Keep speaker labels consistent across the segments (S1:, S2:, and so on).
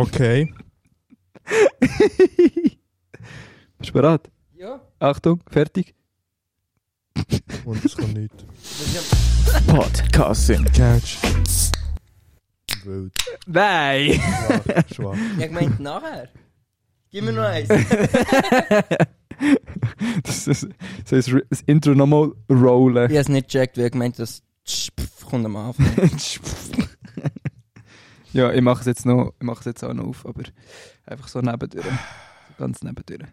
S1: Okay.
S2: Bist du bereit?
S3: Ja.
S2: Achtung, fertig.
S1: Und es kann nicht.
S4: Podcast sind.
S1: Couch. Wild.
S2: Nein!
S1: Schwach. Schwach.
S3: Ja, gemeint nachher. Gib mir noch eins.
S2: Das ist so ist das Intro nochmal rollen.
S3: Ich hab's nicht gecheckt, weil ich gemeint das Tschpf kommt am Anfang.
S2: ja, ich mache es jetzt noch, ich mache es jetzt auch noch auf, aber einfach so nebendurch. So ganz nebendurch.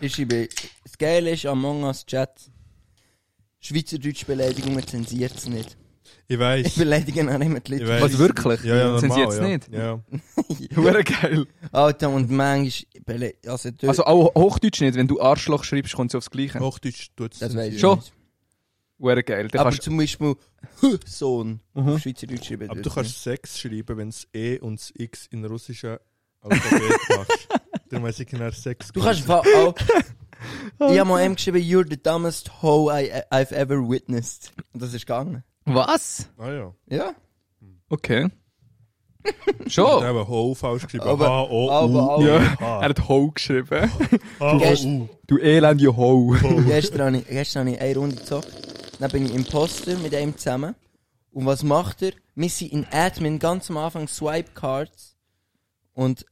S3: Ich schreibe, das Geile ist Among Us Chat. Schweizerdeutsche Beleidigungen zensiert es nicht.
S1: Ich
S3: Ich
S1: weiß.
S3: beleidige auch immer die
S1: Ich
S3: Leute.
S1: weiß.
S2: Was, Also wirklich?
S1: Ja, ja, normal,
S2: Sind sie jetzt
S1: ja.
S2: nicht?
S1: Ja.
S2: Hure geil.
S3: Alter, und manchmal beleidige also, dort-
S2: Also auch Hochdeutsch nicht, wenn du Arschloch schreibst, kommt es aufs Gleiche.
S1: Hochdeutsch tut es.
S3: das weiß ich
S2: Schon.
S3: nicht.
S2: Hure geil. Da
S3: Aber
S2: kannst,
S3: zum Beispiel Sohn auf Schweizerdeutsch schreiben.
S1: Mhm. Aber du
S3: dort
S1: kannst Sex schreiben, wenn das E und das X in russischer Alphabet machst. Darum weiss ich genau Sex.
S3: nicht. Du kannst fa- auch... Ich habe mal ihm geschrieben, you're the dumbest hoe I, I've ever witnessed. Und das ist gegangen.
S2: was?
S1: Ah ja.
S3: Ja.
S2: Okay.
S1: Oh. Ich
S2: Schon?
S1: habe Ho falsch geschrieben.
S3: Aber-
S1: H, O,
S3: aber
S1: U.
S3: auch-
S2: Ja,
S1: Ah.
S2: er hat Ho geschrieben.
S1: H,
S3: Gest-
S1: O, U.
S2: Du elende Ho.
S3: gestern, habe ich, gestern habe ich eine Runde gezockt. Dann bin ich Imposter mit einem zusammen. Und was macht er? Wir sind in Admin ganz am Anfang Swipe Cards. Und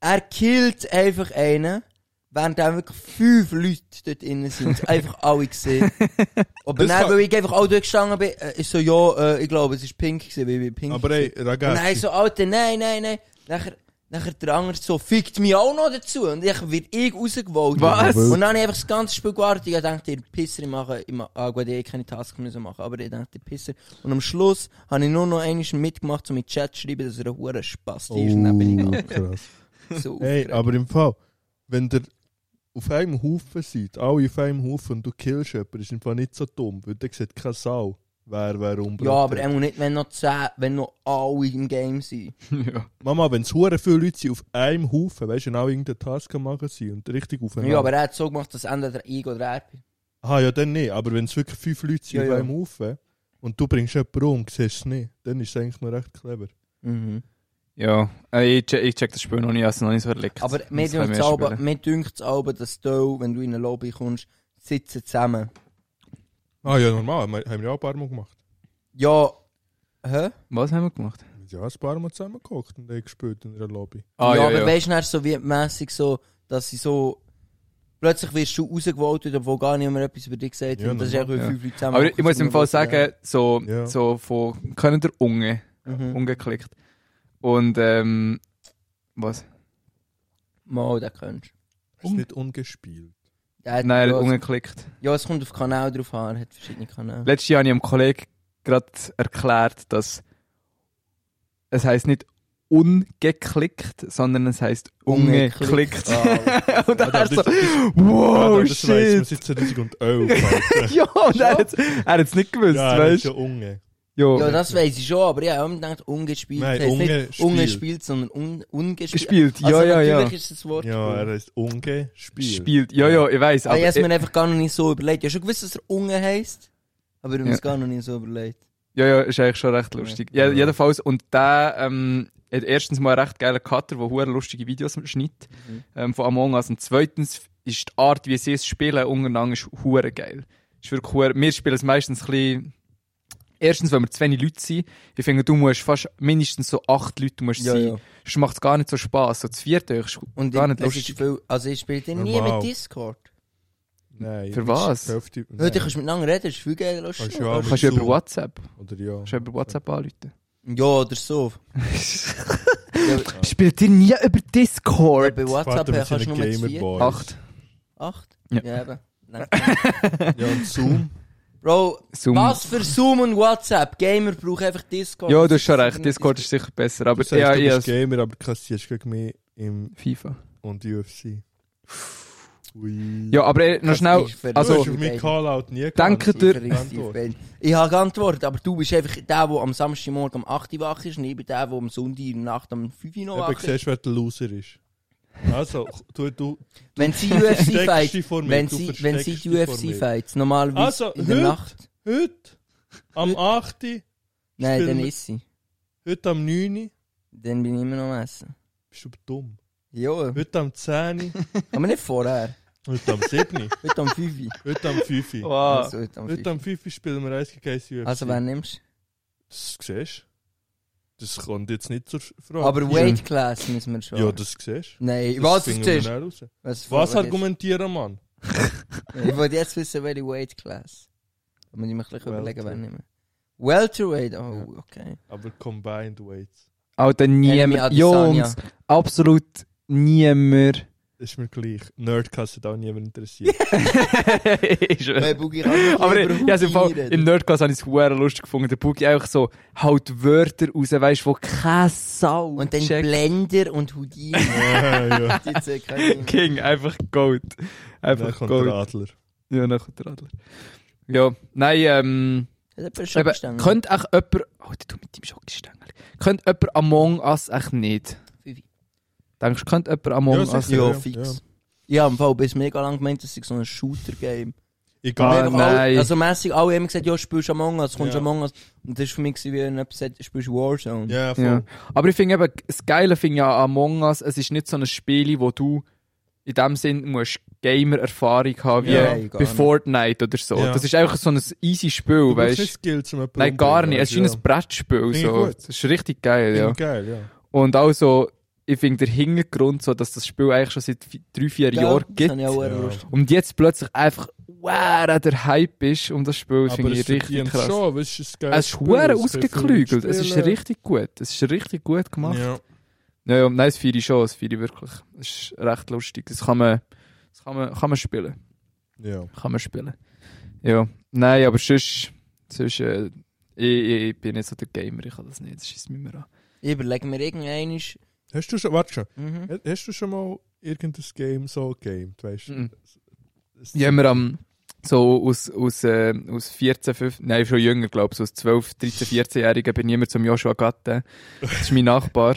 S3: er killt einfach einen, während dann wirklich fünf Leute dort drinnen sind. Einfach alle gesehen. Aber
S1: Das
S3: dann,
S1: kann-
S3: weil ich einfach auch durchgestanden bin, äh, ist so, ja, äh, ich glaube, es ist pink gewesen, weil ich pink
S1: Aber
S3: gewesen.
S1: ey,
S3: Und dann
S1: Ragazzi.
S3: so, Alter, nein, nein, nein. Nachher, nachher der andere so, fickt mich auch noch dazu. Und ich wird ich rausgewollt.
S2: Was?
S3: Und dann habe ich einfach das ganze Spiel gewartet. Ich dachte, ihr Pisser, ich mache, ich mache, ah gut, ich hätte keine Task müssen machen, aber ich dachte, ihr Pisser. Und am Schluss habe ich nur noch einmal mitgemacht, um in den Chat zu schreiben, dass er ein hoher Spaß ist. Und dann bin ich
S1: Oh,
S3: gegangen.
S1: krass.
S3: so
S1: Ey,
S3: aufgeregt.
S1: aber im Fall, wenn der auf einem Haufen seid, alle auf einem Haufen und du killst jemanden, ist im Fall nicht so dumm, weil der sieht keine Sau, wer wer umbracht
S3: Ja, aber
S1: hat.
S3: er muss nicht, wenn noch zehn, wenn noch alle im Game sind.
S2: Ja.
S1: Mama, wenn es hure viele Leute sind auf einem Haufen, weißt du, und auch irgendeine Task am machen sind und richtig aufeinander.
S3: Ja, aber er hat so gemacht, dass entweder ich oder er bin.
S1: Aha, ja, dann nicht, aber wenn es wirklich fünf Leute sind
S3: Ja,
S1: auf
S3: ja.
S1: einem Haufen und du bringst jemanden um, siehst es nicht, dann ist es eigentlich noch recht clever.
S3: Mhm.
S2: Ja, äh, ich check, ich check das Spiel noch nicht, ich hab's noch nicht so erlebt.
S3: Aber
S2: Das
S3: mir
S2: können wir spielen.
S3: dünkt es aber, dass du, wenn du in eine Lobby kommst, sitzen zusammen.
S1: Ah ja, normal, haben wir- haben wir auch ein paar Mal gemacht.
S3: Ja. Hä?
S2: Was haben wir gemacht?
S1: Ja, ein paar Mal zusammengekocht und dann gespielt in einer Lobby.
S2: Ah,
S3: ja, aber weißt du, dann ist so wie mäßig so, dass sie so. Plötzlich wirst du rausgewollt, obwohl gar niemand etwas über dich gesagt hat.
S1: Ja,
S3: und das ist
S1: normal.
S3: einfach
S2: Ja.
S3: fünf Leute zusammen.
S2: Aber ich muss im Fall sagen, so,
S1: Ja.
S2: so von können der Unge, um
S3: Mhm.
S2: ungeklickt. Und ähm, was?
S3: Mal, den könntest
S1: Es ist nicht ungespielt.
S3: du. Ja,
S2: Nein, um-
S3: ja, es,
S2: ungeklickt.
S3: ja, es kommt auf Kanal drauf an, er hat verschiedene Kanäle.
S2: Letztes Jahr habe ich einem Kollegen gerade erklärt, dass es heißt nicht ungeklickt, sondern es heißt ungeklickt.
S3: Ah,
S2: und er
S1: das
S2: ist so,
S1: ist-
S3: Oh,
S2: wow,
S1: das weiss man
S2: shit.
S1: seit 2011. Alter.
S2: Ja, und er hat er hat's nicht gewusst,
S1: Ja, das ist
S2: weißt
S1: ja
S2: du?
S1: Unge.
S3: ja, das weiß ich schon, aber ich habe immer gedacht, ungespielt.
S1: Nein,
S3: heisst nicht
S1: ungespielt.
S3: ungespielt, sondern un, ungespielt.
S2: Gespielt, ja,
S3: also
S2: ja, ja.
S3: natürlich ist das Wort.
S1: Ja,
S3: gespielt.
S1: er heißt Unge Spiel.
S2: Spielt, ja, ja, ich weiß.
S3: Aber ich hab's
S2: ich-
S3: Ah, mir einfach gar noch nicht so überlegt. Ich hab schon gewusst, dass er Unge heisst. Aber ich hab mir
S2: Ja.
S3: es gar noch nicht so überlegt.
S2: eh- Ja, ja, ist eigentlich schon recht lustig. Ja,
S1: Ja.
S2: Jedenfalls, und der ähm, hat erstens mal einen recht geilen Cutter, der hure lustige Videos schneidet
S3: Mhm.
S2: ähm, von Among Us. Und zweitens ist die Art, wie sie es spielen, untereinander ist hure geil. Ist wirklich hure- wir spielen es meistens ein bisschen... Erstens, weil wir zu wenig Leute sind. Ich finde, du musst fast mindestens so acht Leute du musst
S3: Ja,
S2: sein.
S3: ja.
S2: Sonst macht es gar nicht so Spass. So zu viert euch ist
S3: Und
S2: gar
S3: ich-
S2: nicht
S3: es ist
S2: lustig.
S3: viel, also ich spiele den nie
S1: Normal.
S3: mit Discord.
S1: Nein.
S2: Für
S1: das
S2: was?
S1: ist die Hälfte-
S3: Nein. Du
S1: Nein.
S3: kannst miteinander reden, ist viel geiler als
S1: Kannst
S3: Zoom.
S1: du auch
S2: Kannst du
S1: mit
S2: über
S1: Zoom.
S2: WhatsApp,
S1: Oder ja.
S2: kannst du über WhatsApp anrufen.
S3: Ja, oder so. ja,
S2: Spielt ihr nie über
S3: ja,
S2: Discord?
S3: bei WhatsApp
S1: Warte, wir
S3: her kannst
S1: sind
S3: du
S1: ein
S3: nur mit vier.
S1: Gamer-Boys.
S2: Acht.
S3: Acht?
S2: Ja.
S3: eben. Nein.
S1: Ja, und Zoom.
S3: Bro,
S2: Zoom.
S3: was für Zoom und WhatsApp? Gamer brauchen einfach Discord.
S2: Ja, du hast schon recht. Discord ist sicher besser. Aber
S1: Du sagst,
S2: ja,
S1: du
S2: ich
S1: bist
S2: als
S1: Gamer, aber kassierst gegen mich im
S2: FIFA.
S1: und UFC. Ui.
S2: Ja, aber eh, noch
S3: Das
S2: schnell.
S3: ist verrückt.
S1: Du
S2: Also,
S1: hast auf meinen Callout nie
S2: Denke
S1: geantwortet.
S2: dir-
S3: Ich Antwort. Ich habe geantwortet, aber du bist einfach der, der am Samstagmorgen um 8 Uhr wach ist und ich bin der, der am Sonntag in der Nacht um 5 Uhr noch
S1: Eben
S3: wach ist.
S1: siehst, wer der Loser ist. Also, du, du
S3: Wenn sie
S1: versteckst
S3: UFC-Fights,
S1: dich vor mir.
S3: wenn
S1: du
S3: sie,
S1: versteckst
S3: wenn sie
S1: dich vor mir.
S3: UFC-Fights normalerweise
S1: Also,
S3: in der
S1: heute-
S3: Nacht,
S1: Heute, am 8.,
S3: nein, dann
S1: spielen wir-
S3: ist sie.
S1: heute am 9.,
S3: Dann bin ich immer noch am Essen.
S1: Bist du dumm?
S3: Jo,
S1: Heute am 10,
S3: aber nicht vorher.
S1: heute am 7,
S3: Heute am 5.
S1: heute am 5.
S2: Wow.
S3: Also, heute am
S1: Ah, Heute um
S3: 5.
S1: am 5 spielen wir Eis gegen Eis UFC.
S3: Also, wen nimmst
S1: Das siehst du. Das kommt jetzt nicht zur
S3: du?
S1: Frage.
S3: Aber Weight Class müssen wir schon.
S1: Ah, Ja, das siehst du.
S3: Nein,
S1: Das
S3: was
S1: finden
S3: ist
S1: wir
S3: das?
S1: dann raus.
S3: Was,
S1: Was
S3: jetzt?
S1: argumentieren, Mann?
S3: Ich wollte jetzt wissen, welche Weight Class. Da muss ich mir ein bisschen überlegen,
S1: Welter.
S3: wen nehmen. Welterweight, oh, okay.
S1: Aber combined weights.
S2: Alter,
S3: Enemy
S2: niemand.
S3: Adesanya.
S2: Jungs, absolut niemand.
S1: Ist mir gleich. Nerdcast hat auch niemand interessiert.
S2: Ist-
S3: Bei Boogie Rand.
S2: Aber ich, ich, also im, Fall, im Nerdcast habe ich es huere lustig gefunden. Der Boogie einfach so halt Wörter raus, weißt du, wo keine Sau
S3: Und dann
S2: checkt.
S3: Blender und Houdini.
S1: ja, ja.
S3: Die zwei kann ich-
S2: King, einfach Gold.
S1: Dann
S2: Einfach
S1: kommt der
S2: Gold.
S1: Adler.
S2: Ja, dann kommt der Adler. Ja, nein, ähm,
S3: Hat jemand schon
S2: eben,
S3: verstanden?
S2: könnte auch jemand, oh, du mit deinem Schokostängel, könnte jemand Among Us echt nicht?
S3: Fifi.
S2: Denkst du, könnte jemand Among
S1: Ja,
S2: Us
S1: sicher.
S3: Ja,
S1: Ja,
S3: fix.
S1: ja.
S3: Ja, im Fall bis mega lang gemeint, das ist so ein Shooter-Game.
S2: Ah,
S1: Egal.
S3: Einfach alle-
S2: nein.
S3: Also mässig, alle haben gesagt, ja, spielst Among Us, kommst
S1: Ja.
S3: Among Us. Und das war für mich wie wenn jemand sagt, spielst Warzone.
S1: Ja, voll.
S2: Ja. Aber ich finde eben, das Geile finde ich ja an Among Us, es ist nicht so ein Spiel, wo du in dem Sinn musst Gamer-Erfahrung haben, wie
S1: Ja,
S3: nein, gar
S2: bei
S3: nicht.
S2: Fortnite oder so.
S1: Ja.
S2: Das ist einfach so ein easy Spiel,
S1: Du brauchst
S2: weißt
S1: nicht
S2: du?
S1: Skill zum jemanden
S2: Nein, gar
S1: umbringen,
S2: nicht. Es ist wie
S1: weißt
S2: ein Brettspiel.
S1: Finde ich
S2: So.
S1: gut.
S2: Das ist richtig geil,
S1: du, ja.
S2: ja.
S1: Geil, ja.
S2: Und also, ich finde der Hintergrund so, dass das Spiel eigentlich schon seit vi- drei, vier
S3: Gell?
S2: Jahren
S3: Das
S2: gibt.
S3: habe ich auch
S1: Ja.
S3: Lust.
S2: Und jetzt plötzlich einfach, wow, der Hype ist um das Spiel. Das
S1: Aber
S2: finde
S1: es
S2: ich richtig
S1: verdient
S2: krass.
S1: schon, weil es ist ein geiles
S2: Es ist hure
S1: es kann viel
S2: ausgeklügelt. Es ist
S1: spielen.
S2: richtig gut. Es ist richtig gut gemacht.
S1: Ja.
S2: Ja, ja, nein, das feiere ich schon, das feiere ich wirklich. Das ist recht lustig. Das kann man, das kann man, kann man spielen.
S1: ja.
S2: Kann man spielen. Ja. Nein, aber sonst, sonst äh, ich, ich, ich bin nicht so der Gamer, ich kann das nicht, das schießt mich mehr an.
S3: Ich überlege mir irgendeinen.
S1: Hast du schon, warte schon,
S3: Mhm.
S1: Ha- hast du schon mal irgendein Game so gegamed, weißt du?
S2: Mhm.
S1: Es-
S2: Ich habe mir am, so aus, aus, äh, aus 14, 15, nein, schon jünger, glaube ich, so aus 12, 13, 14-Jährigen bin ich immer zum Joshua Gatte. Das ist mein Nachbar.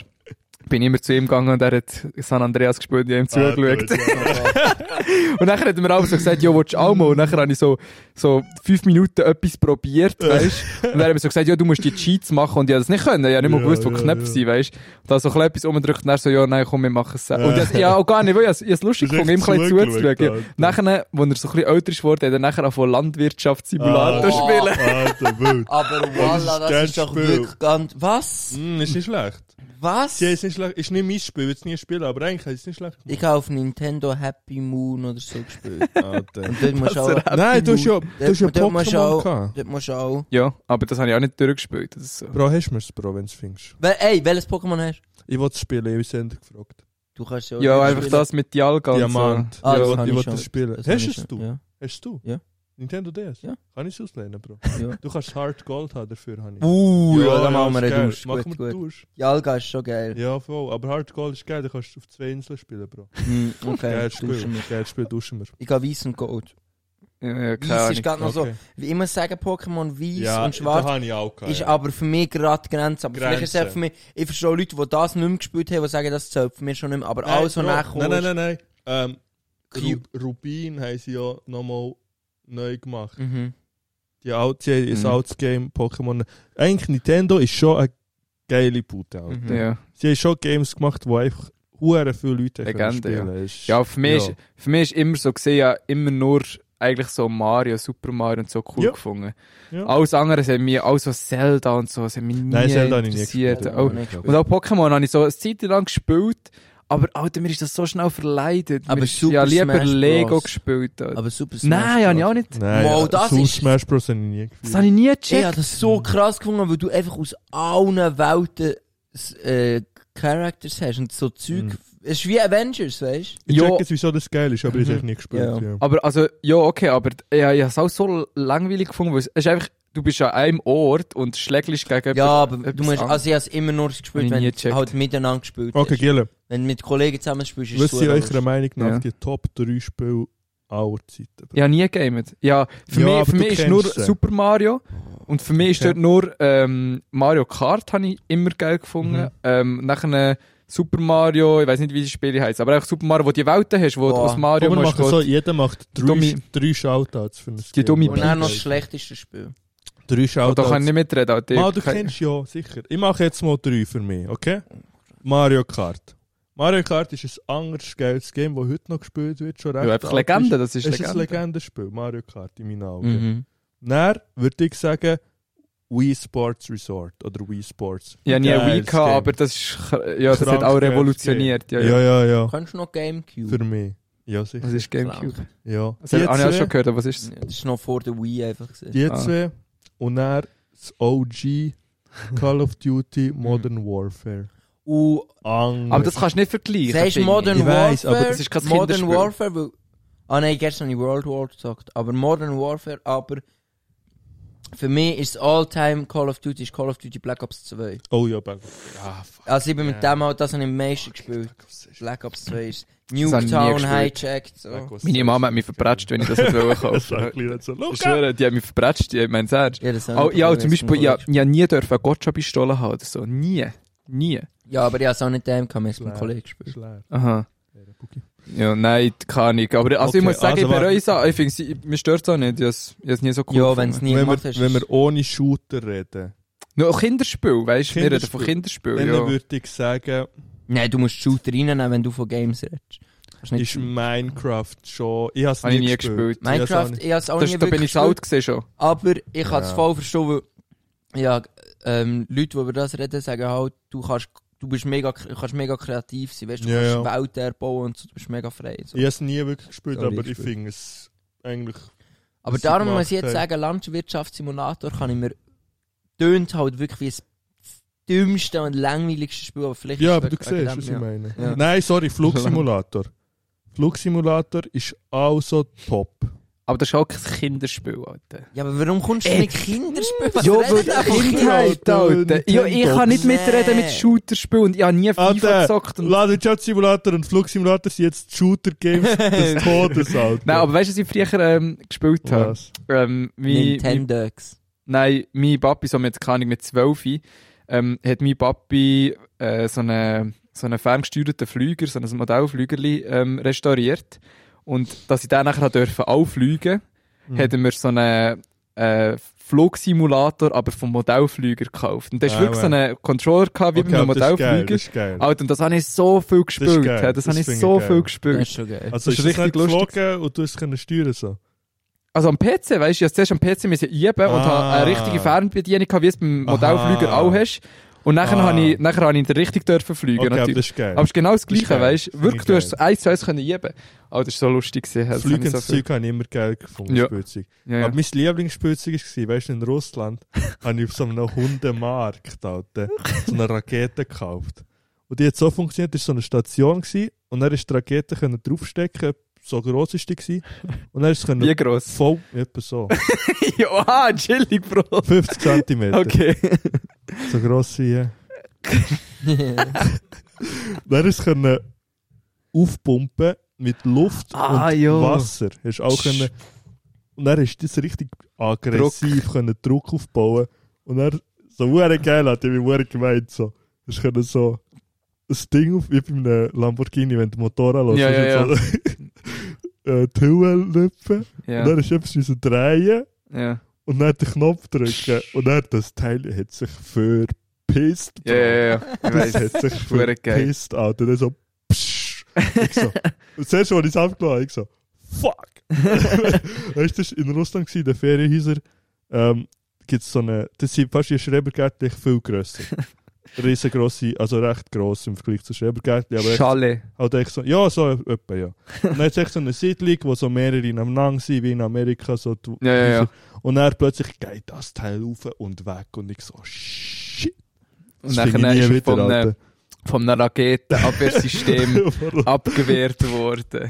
S2: Bin immer zu ihm gegangen und er hat San Andreas gespielt und ich habe ihm
S1: Ah,
S2: zugeschaut.
S1: gut, ja.
S2: Und dann hat er mir auch so gesagt, ja, willst du auch mal? Und dann habe ich so, so fünf Minuten etwas probiert, weißt du? Und dann hat er mir so gesagt, ja, du musst die Cheats machen. Und ich habe das nicht können. Ich habe nicht mal
S1: Ja,
S2: gewusst, wo
S1: ja,
S2: Knöpfe
S1: ja.
S2: sind, weißt du? Und dann so ein bisschen etwas umgedrückt und dann so, ja, nein, komm, wir machen es selber. Und
S1: Ja.
S2: ich, ja, auch gar nicht, weil ich es- ich es lustig
S1: Du hast
S2: fand, ihm ein bisschen
S1: zugeschaut,
S2: zuzuschauen. Ja.
S1: Alter.
S2: Nachher, als er so ein bisschen älter ist worden, hat er nachher auch von Landwirtschaftssimulator
S1: Ah.
S2: spielen.
S1: Alter, wild.
S3: Aber Walla,
S1: Das
S3: das
S1: ist
S3: ist doch
S1: Spiel.
S3: wirklich ganz. Was?
S1: Mm, ist nicht schlecht.
S3: Was?
S1: Sie ist nicht schlecht. Ist nicht mein Spiel, würde es nie spielen, aber eigentlich ist es nicht schlecht.
S3: Ich habe auf Nintendo Happy Moon oder so gespielt.
S1: Alter.
S3: Und dort musst du
S2: Das
S3: auch.
S2: ist
S1: Nein, du hast ja, du
S3: Dort,
S1: hast ja
S3: dort musst du
S1: Pokémon
S3: auch.
S1: gehabt.
S3: Dort musst du auch.
S2: Ja, aber das habe ich auch nicht durchgespielt. Das ist so.
S1: Bro, hast du mir's, Bro, wenn du es findest?
S3: Wel, ey, welches Pokémon hast du?
S1: Ich wollte es spielen, ich habe es endlich gefragt.
S3: Du kannst auch
S2: Ja,
S3: nicht
S2: einfach
S3: spielen.
S2: das mit Dialga und so.
S1: Diamant.
S3: Ah,
S1: ich
S3: das
S1: wollt-
S3: hab
S1: ich
S3: ich
S1: wollte
S3: schon.
S1: es spielen.
S3: Das
S1: hast
S3: hab
S1: du
S3: ich
S1: es,
S3: schon,
S1: du?
S3: Ja.
S1: Hast du?
S3: Ja.
S1: Nintendo DS?
S3: Ja.
S1: Kann ich es ausleihen, Bro?
S3: Ja.
S1: Du kannst Hard Gold haben dafür, habe ich.
S3: Uh, ja, dann machen
S1: ist
S3: wir einen
S1: geil.
S3: Dusch.
S1: Machen
S3: Gut,
S1: wir
S3: gut.
S1: einen Dusch.
S3: Jalga ist schon geil.
S1: Ja, voll. Aber Hard Gold ist geil, da kannst du auf zwei Inseln spielen, Bro.
S3: Hm, okay,
S1: Geiles
S3: duschen
S1: Spiel.
S3: wir.
S1: Geiles Spiel, duschen wir.
S3: Ich gehe weiß und gold.
S2: Ja, ja, keine
S3: Weiß
S2: Ahnung.
S3: ist gerade noch so.
S1: Okay.
S3: Wie immer sagen Pokémon weiß
S1: ja,
S3: Also, und schwarz.
S1: da habe ich auch gehabt.
S3: Ist
S1: ja.
S3: aber für mich gerade die Grenze. Aber vielleicht ist es
S1: Grenze.
S3: auch für mich, ich verstehe Leute, die das nicht mehr gespielt haben, die sagen, das zählt für mich schon nicht mehr. Aber alles, was
S1: Bro,
S3: nachkommt,
S1: Nein, nein, nein, nein. Ähm,
S3: Cube.
S1: Ru Rubin haben sie ja nochmal neu gemacht.
S3: Mhm.
S1: Die alte, mhm. das
S2: Mhm.
S1: altes Game Pokémon. Eigentlich Nintendo ist schon eine geile Pute. Alter.
S3: Mhm.
S2: Ja.
S1: Sie haben schon Games gemacht, wo einfach hure viele Leute
S2: Legende,
S1: können spielen können. Ist-
S2: Ja, für mich,
S1: Ja.
S2: Ist, für mich ist immer so gesehen, ja, immer nur eigentlich so Mario, Super Mario und so cool
S1: Ja.
S2: gefunden.
S1: Ja.
S2: Alles andere sind mir, auch so Zelda und so, sind mich nie
S1: Nein, Zelda habe ich nie
S2: interessiert.
S1: gespielt.
S2: Auch,
S3: Nein.
S2: und auch Pokémon habe ich so eine Zeit lang gespielt, aber Alter, mir ist das so schnell verleidet.
S3: Aber
S2: mir ist
S3: Super
S2: ja lieber
S3: Smash
S2: Lego
S3: Bros.
S2: gespielt. Alter.
S3: Aber super
S2: Nein, habe ich auch nicht.
S1: Nein,
S3: Wow,
S1: ja,
S3: das
S1: Super
S3: ist-
S1: Smash Bros. habe ich nie
S2: Das
S1: gespielt.
S2: habe ich nie gecheckt.
S3: Ich habe das so krass gefunden, weil du einfach aus allen Welten äh, Characters hast und so Zeug.
S1: Mhm.
S3: Es ist wie Avengers, weißt
S1: Ich
S2: Ja.
S1: check jetzt, wieso das geil ist, aber ich habe es
S2: Mhm.
S1: nie gespielt.
S3: Ja.
S1: Ja.
S2: Aber also, ja, okay, aber ja, ich habe es auch so langweilig gefunden, weil es es ist einfach, du bist an einem Ort und schlägst gegen
S3: du? Ja, aber du
S2: etwas
S3: musst,
S2: anderes.
S3: also ich habe es immer nur gespielt,
S2: Hab ich
S3: wenn
S2: nie
S3: du
S2: gecheckt.
S3: halt miteinander gespielt
S1: Okay,
S3: hast.
S1: Gille,
S3: Wenn du mit Kollegen zusammen spielst, ist es
S1: was sind
S3: super
S1: eurer
S3: lustig.
S1: Meinung nach
S2: Ja.
S1: die Top 3 Spiele aller Zeiten? Bro?
S2: Ja, nie gamet. Ja, für
S1: Ja,
S2: mich,
S1: aber
S2: für
S1: du
S2: mich ist
S1: kennst
S2: nur
S1: sie.
S2: Super Mario und für mich ist
S1: Okay.
S2: dort nur ähm, Mario Kart habe ich immer geil gefunden.
S1: Mhm.
S2: Ähm, nachher Super Mario, ich weiß nicht wie die Spiele heißen, aber auch Super Mario, wo die Welten hast, wo du
S3: Boah.
S2: aus Mario
S1: Komm, wir
S2: musst
S1: machen
S2: gehen.
S1: so, jeder macht drei,
S2: dumme-
S1: drei Shoutouts für ein
S2: Die dumme
S3: Und dann noch das
S1: Weißt du?
S3: schlechteste Spiel.
S1: Drei
S2: da kann ich
S1: Shoutouts.
S2: nicht mitreden. Alter.
S1: Ah, du
S2: Kein-
S1: kennst ja, sicher. Ich mache jetzt mal drei für mich, okay? Mario Kart. Mario Kart ist ein anderes geiles Game, das heute noch gespielt wird, schon recht.
S2: Ja, einfach
S1: alt
S2: Legende, das
S1: Ist.
S2: ist
S1: Es ist ein
S2: Legende.
S1: Legendenspiel, Mario Kart in meinen Augen.
S2: Mhm.
S1: Dann würde ich sagen, Wii Sports Resort oder Wii Sports.
S2: Ich habe nie
S1: Geiles
S2: eine Wii gehabt,
S1: Game.
S2: aber das, ist, ja, das hat
S1: Krank
S2: auch
S1: geiles
S2: revolutioniert. Ja,
S1: Ja,
S2: ja.
S1: ja, ja.
S3: Kannst du noch Gamecube?
S1: Für mich. Ja, sicher.
S2: Das ist Gamecube.
S1: Ja. äh,
S2: Das habe ich auch
S1: zwei-
S2: schon gehört, aber was ist es?
S3: Ja, Das war noch vor der Wii einfach. gewesen.
S1: Die
S2: Ah.
S1: zwei. äh, Und dann das OG Call of Duty Modern Warfare.
S3: Und
S1: Angst.
S2: Aber das kannst du nicht vergleichen.
S3: sagst du
S2: finde
S3: Modern
S1: Ich
S3: Warfare?
S1: weiss, aber
S2: das ist kein
S3: Modern
S2: Kinderspiel.
S3: Warfare, weil... Ah nein, gestern habe ich World War gesagt. Aber Modern Warfare, aber... Für mich ist All-Time Call of Duty ist Call of Duty Black Ops 2.
S1: Oh ja, Black Ops.
S2: Ah,
S1: Ja, fuck.
S3: Also ich bin mit dem halt, das habe ich am meisten gespielt.
S1: Black Ops ist-
S3: Black Ops 2 ist
S2: habe ich nie
S3: Nuketown
S2: gespielt.
S3: hijacked. So.
S1: Black Ops
S2: ich. Meine Mama hat mich verpratscht, wenn ich das nicht wollte
S1: Das sagt
S2: kaufen.
S1: mir nicht so.
S2: Ich
S1: Luca!
S2: schwöre, die hat mich verpratscht, die hat mein Ernst.
S3: Ja, das habe ich
S2: Oh,
S3: nicht
S2: ja,
S3: probiert,
S2: zum Beispiel,
S3: das
S2: ich
S3: habe ich
S2: ja nie dürfen eine Gotcha-Pistole haben oder so. Nie. Nie.
S3: Ja, aber ich habe es auch nicht dem gehabt, wir haben es mit
S1: Schlecht.
S3: einem Kollegen gespielt.
S1: Schlecht.
S2: Aha.
S1: Der Cookie.
S2: Ja, nein, keine Ahnung. Aber also
S1: Okay,
S2: ich muss sagen,
S1: also
S2: ich bereue
S1: warte.
S2: es auch. Ich finde, es- mir stört es auch nicht. Ich habe es ich habe es nie so cool
S3: Ja, wenn es
S2: gefunden.
S3: nie
S1: Wenn wir,
S3: gemacht hast.
S1: wenn
S3: ist-
S1: wir ohne Shooter reden,
S2: Nur auch Kinderspiel, weißt du? Wir reden von
S1: dann
S2: Kinderspiel, ja.
S1: würde ich sagen,
S3: Nein, du musst Shooter reinnehmen, wenn du von Games redest. Kannst nicht
S1: ist Minecraft schon. Ich habe es
S2: Habe ich nie gespielt.
S1: Ich hab's auch
S3: Minecraft,
S1: nicht-
S3: ich habe es auch
S2: Das,
S3: nie
S2: da bin
S3: wirklich
S2: ich zu alt
S3: gespielt,
S2: gewesen schon.
S3: aber ich kann es
S1: Ja.
S3: voll verstehen, weil ja, ähm, Leute, die über das reden, sagen halt, du kannst, du bist mega, kre- kannst mega kreativ sein, weißt, du
S1: Ja,
S3: kannst Welten erbauen und so, du bist mega frei. So.
S1: Ich habe es nie wirklich gespielt,
S3: Sorry,
S1: aber ich
S3: gespielt.
S1: finde es eigentlich.
S3: aber
S1: was sie
S3: darum
S1: gemacht
S3: muss ich jetzt
S1: haben.
S3: sagen, Landwirtschaftssimulator kann ich mir, tönt halt wirklich wie das dümmste und langweiligste Spiel, aber vielleicht
S1: Ja,
S3: ist
S1: aber du
S3: es wegen
S1: siehst, was ich
S3: dem, ja.
S1: meine.
S3: Ja.
S1: Nein, sorry, Flugsimulator. Flugsimulator ist auch so top.
S2: Aber das ist auch kein Kinderspiel, Alter.
S3: Ja, aber warum kommst du
S2: Ey.
S3: mit Kinderspielen? Was
S2: Ja, halt weil
S3: redet
S2: die
S3: ihr von
S2: Kindheit, Alter. Ja, ich kann nicht
S3: Nee.
S2: mitreden mit Shooterspielen und ich habe nie FIFA
S1: Alter,
S2: gezockt. Und
S1: Landwirtschaftssimulator und Flugsimulator sind jetzt die Shooter-Games des Todes, Alter.
S2: Nein, aber weißt du, was ich früher ähm, gespielt habe?
S1: Was?
S2: Ähm, wie, wie,
S3: Nintendox.
S2: nein, mein Papi, so mit, keine Ahnung, mit 12, ähm, hat mein Papi äh, so einen so einen ferngesteuerten Flüger, so ein Modellflügerli ähm, restauriert. Und dass ich den nachher durfte auffliegen,
S1: Mhm.
S2: hätten wir so einen äh, Flugsimulator, aber vom Modellflüger gekauft. Und da ist
S1: Ah,
S2: wirklich so
S1: wow.
S2: einen Controller gehabt, wie
S1: Okay,
S2: bei einem
S1: aber das ist geil,
S2: Modellflüger.
S1: Das ist geil.
S2: Alter, und das habe ich so viel gespielt. Das,
S1: geil,
S2: das, das
S1: das
S2: habe ich
S1: finde ich
S2: so
S1: geil.
S2: viel
S3: Das
S2: gespielt.
S3: ist schon geil.
S1: Also ist
S2: Das ist
S1: das
S2: richtig
S1: nicht
S2: lustig.
S1: geflogen und du hast können steuern so?
S2: Also am PC, weißt du, ich musste zuerst am PC müssen üben und
S1: Ah.
S2: habe eine richtige Fernbedienung gehabt, wie es beim
S1: Aha.
S2: Modellflüger auch hast. Und nachher
S1: Ah.
S2: habe ich, nachher habe ich in der Richtung dürfen fliegen,
S1: Okay, aber
S2: natürlich.
S1: das ist geil.
S2: Aber es ist genau das
S1: Das ist
S2: Gleiche,
S1: geil.
S2: weißt du.
S1: Finde ich
S2: Wirklich, du hast es
S1: geil.
S2: eins zu eins können üben. Oh, das ist so lustig gewesen. Das
S1: Das
S2: habe ich
S1: Fliegen
S2: so
S1: ins
S2: viel-
S1: Zeug habe ich immer geil gefunden,
S2: Ja.
S1: Spielzeug.
S2: ja, ja.
S1: Aber mein Lieblingsspielzeug war, weißt du, in Russland habe ich auf so einem Hundemarkt Alter, so eine Rakete gekauft. Und die hat so funktioniert, es war so eine Station gewesen, und dann ist die Rakete können draufstecken, so gross ist die gewesen, und dann ist es
S2: Wie
S1: können
S2: gross?
S1: voll, etwa so, ah,
S2: ja, chillig, Bro.
S1: 50 cm,
S2: Okay.
S1: so gross wie hier. Dann ist es können aufpumpen mit Luft
S2: Ah,
S1: und
S2: ja.
S1: Wasser. Hast auch können, und dann ist das richtig aggressiv Druck, können Druck aufbauen und dann so hure geil hat ich hure gemeint so. Hast können so ein Ding auf wie bei einem eh, Lamborghini, wenn der Motor anlässt,
S2: Ja, ja,
S1: hast du so, äh, die Hülle lüpfen und
S2: Ja,
S1: dann ist etwas müssen drehen
S2: ja.
S1: und dann den Knopf drücken und dann das Teil hat sich verpisst.
S2: Ja, ja, ja. Ich
S1: Das
S2: weiss.
S1: hat sich
S2: Hure geil.
S1: verpisst, Alter. Dann so, psch. Ich so. Und zuerst, als ich es abgeladen habe, ich so, fuck. weißt du, das war in Russland, gewesen, in den Ferienhäusern, ähm, gibt es so eine, das sind fast die Schrebergärten echt viel grösser. Riesengrosse, also recht gross im Vergleich zu Schrebergärten, aber echt,
S2: Schale.
S1: halt echt so, ja, so etwa, ja. Und dann hat es echt so eine Siedlung, wo so mehrere nebeneinander sind, wie in Amerika, so die
S2: Ja, ja, ja.
S1: Und dann plötzlich geht das Teil rauf und weg und ich so, shit.
S2: Und
S1: Das finde
S2: nachher
S1: ich
S2: ist
S1: nie
S2: er von äh, ähm, einem-
S1: Alter.
S2: Vom Raketenabwehrsystem abgewehrt worden.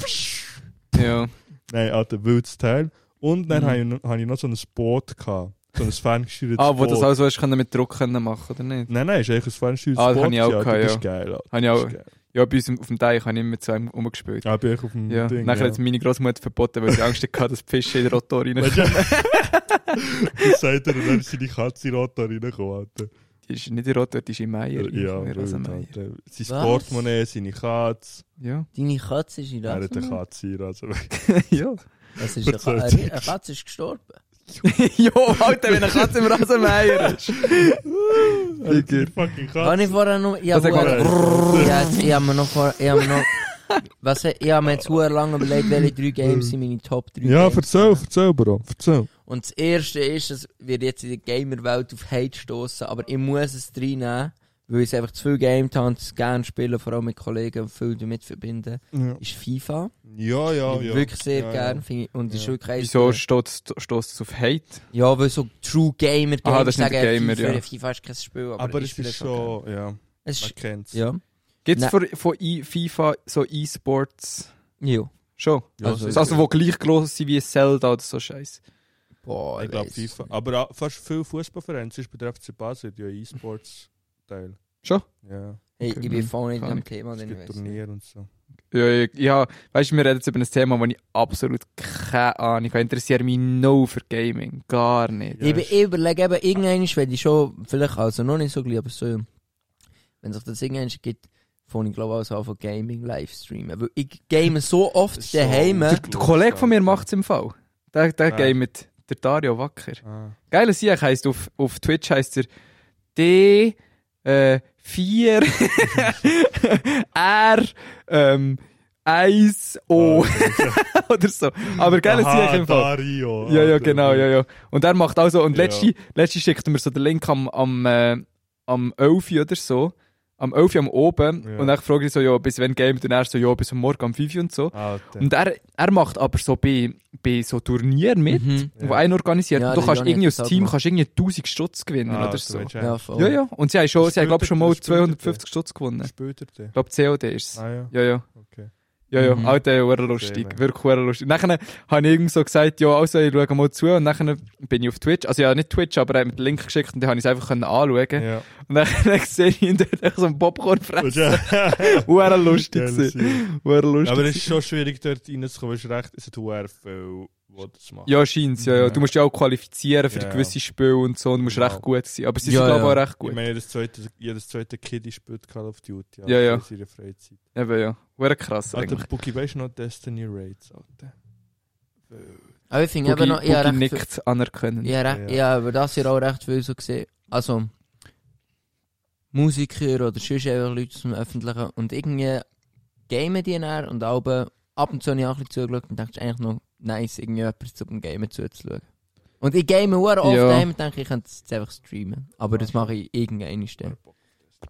S2: Ja.
S1: Nein, Alter, wildes Teil. Und dann
S2: Mhm.
S1: habe ich, noch- habe ich noch so ein Boot gehabt. So ein ferngesteuertes
S2: Ah, wo
S1: Boot.
S2: das alles hast, können mit Druck können machen, oder nicht?
S1: Nein, nein, ist eigentlich ein ferngesteuertes
S2: Ah, das
S1: Boot.
S2: habe ich auch
S1: gewesen, Alter.
S2: gehabt,
S1: Das
S2: ja.
S1: ist geil, Alter.
S2: Habe ich
S1: Das
S2: auch,
S1: ist geil.
S2: ja, bei uns im- auf dem Teich habe ich immer mit zwei rumgespielt.
S1: Ah, bin ich auf dem
S2: Ja.
S1: Ding.
S2: Nachher
S1: ja.
S2: hat es meine Großmutter verboten, weil sie Angst hatte, dass die Fische in den Rotor rein.
S1: Weißt du, das sagt er, und dann ist seine Katze in den Rotor reingekommen, Alter.
S2: Die ist nicht in den Rotor, die ist in Meier. in-
S1: Ja,
S2: in den
S1: wild,
S2: Rasenmeier.
S1: Alter. Sein
S3: Was?
S1: Portemonnaie, seine Katze.
S2: Ja.
S3: Deine Katze ist in
S1: Er hat eine also
S3: Rasenmäher.
S1: Katze in den Rasenmäher.
S2: ja.
S3: Was ist eine, Ka-
S1: Verzeihung.
S3: eine Katze ist gestorben.
S2: jo, Alter, wenn eine Katze im Rasenmeier ist.
S1: Die fucking
S3: Habe
S1: Katze. Äh,
S3: ich vorher noch... Ich
S2: Was
S3: habe
S2: hat
S1: er
S3: vorher- Ja, jetzt- ich habe mir noch... vor- Ich habe mir noch... Was, ich habe mir jetzt verdammt lange überlegt, welche drei Games sind meine Top 3
S1: Ja,
S3: Games.
S1: erzähl, erzähl, Bro. Erzähl.
S3: Und das erste ist, es wird jetzt in der Gamer-Welt auf Hate stoßen, aber ich muss es reinnehmen, weil ich es einfach zu viel Game habe und es gerne spielen, vor allem mit Kollegen und viel damit verbinden,
S1: Ja,
S3: ist FIFA.
S1: ja, Oh, ja. ja.
S3: Wirklich sehr
S1: Ja,
S3: gern, finde ich. Und ist
S1: Ja.
S3: wirklich eins
S2: Wieso
S3: der-
S2: stoßt es auf Hate?
S3: Ja, weil so True Gamer
S2: Aha, das ist nicht
S3: sagen,
S2: Gamer,
S3: FIFA,
S2: ja.
S3: FIFA ist kein Spiel, aber,
S1: Aber
S3: ich
S1: es
S3: spiele
S1: ist schon, ja,
S3: Es
S1: man
S3: ist,
S1: kennt's.
S3: ja.
S2: Gibt es
S3: Nein.
S2: von, von e FIFA so E-Sports
S3: Ja.
S2: schon?
S1: Ja,
S3: Also-
S1: sicher.
S2: Also, wo gleich groß sind wie Zelda oder so Scheiße.
S3: Boah,
S1: ich glaube
S3: weiss.
S1: FIFA. Aber auch fast viele Fußballvereine, zum Beispiel der FC Basel, hat ja E-Sports-Teil.
S2: Schon?
S1: Ja,
S3: Hey, ich bin voll nicht in
S2: Kann
S3: dem
S2: ich.
S3: Thema,
S1: es
S3: denn ich
S1: gibt
S3: weiss nicht.
S1: Turniere und so.
S2: Ja, ja, ja. Weißt du, wir reden jetzt über ein Thema, wo ich absolut keine Ahnung habe. Interessiere mich no für Gaming. Gar nicht.
S1: Ja,
S3: ich bin
S1: ist-
S3: eh überlege eben, irgendwann werde ich schon, vielleicht also noch nicht so gleich, aber so, wenn es auf das irgendwann gibt, von ich glaube auch von Gaming Livestreamen. Weil ich game so
S1: Das
S3: oft
S1: ist so
S3: daheim.
S1: Der-
S2: Der Kollege von mir macht es im Fall. Der, der
S1: Ja.
S2: gamet. Der Dario Wacker.
S1: Ah.
S2: Geiler Sieg heisst auf, auf Twitch heisst er D, äh, 4, R, ähm, 1,
S1: Ah,
S2: O oder so. Oh. Aber geiler
S1: Aha,
S2: Sieg im Fall.
S1: Dario.
S2: Ja, ja,
S1: Alter.
S2: genau, ja, ja. Und er macht also, und
S1: Ja.
S2: letzte, letzte schickt mir so den Link am, am, äh, am 11 Uhr oder so. Am 11 Uhr am oben.
S1: Ja.
S2: Und dann frage ich so, ja, bis wann Game? Und er so, ja, bis am Morgen am 5 Uhr und so.
S1: Alter.
S2: Und er, er macht aber so bei, bei so Turnieren mit,
S3: Mhm.
S2: wo
S1: Ja.
S2: einen organisiert.
S3: Ja,
S2: und du
S3: der
S2: kannst
S3: Johnny
S2: irgendwie
S3: hat
S2: als
S3: das auch
S2: Team
S3: gemacht.
S2: kannst irgendwie 1000 Stutz
S1: Ah,
S2: gewinnen oder so.
S3: Ja, voll.
S2: Ja, ja. Und sie haben schon, sie haben, glaube ich, schon mal
S1: Spielt er- spielt er
S2: 250 Stutz gewonnen.
S1: Später der.
S2: Ich glaube, COD ist es.
S1: Ah ja.
S2: Ja, ja.
S1: Okay.
S2: Ja, ja,
S3: Mhm.
S2: Alter, ja, verdammt lustig.
S1: Verstehe.
S2: Wirklich verdammt lustig. Nachher habe ich irgendwie so gesagt, ja, also, ich schaue mal zu und nachher bin ich auf Twitch. Also, ja, nicht Twitch, aber er hat mir den Link geschickt und dann habe ich es einfach können anschauen können.
S1: Ja.
S2: Und dann sehe ich ihn dort echt so einen Popcorn fressen.
S1: Ja.
S2: Verdammt lustig.
S1: Geil,
S2: gewesen.
S1: Sieg.
S2: Verdammt lustig.
S1: Aber es ist schon schwierig, dort reinzukommen. Du hast recht, es hat sehr viel, was das macht.
S2: ja, scheint's, ja, ja. Du musst ja auch qualifizieren für
S1: Ja.
S2: gewisse Spiele und so und musst
S1: Genau.
S2: recht gut sein. Aber sie
S3: Ja,
S2: sind, glaube ich,
S3: ja.
S2: auch recht
S1: Ich
S2: gut.
S1: meine, jedes zweite, jedes zweite Kid spielt Call of Duty. also
S2: Ja, ja.
S1: In seiner Freizeit.
S2: Eben, ja. Verdammt krass
S1: Alter,
S2: eigentlich.
S1: Buki, weißt du noch Destiny Raids? Alter.
S3: Aber ich finde eben
S2: Boogie,
S3: noch, ich habe
S2: Boogie
S3: recht, viel-
S2: nickt anerkennen.
S3: ich habe recht,
S1: Ja.
S3: ich habe über das Jahr auch recht viel so gesehen. Also, Musiker oder sonst einfach Leute aus dem Öffentlichen und irgendwie gamen die dann und auch ab und zu habe ich auch ein bisschen zugeschaut und dachte, es ist eigentlich noch nice, irgendwie jemanden zum Gamen zuzuschauen. Und ich game auch oft
S2: Ja.
S3: daheim und denke, ich könnte es jetzt einfach streamen. Aber das mache ich irgendwann dann.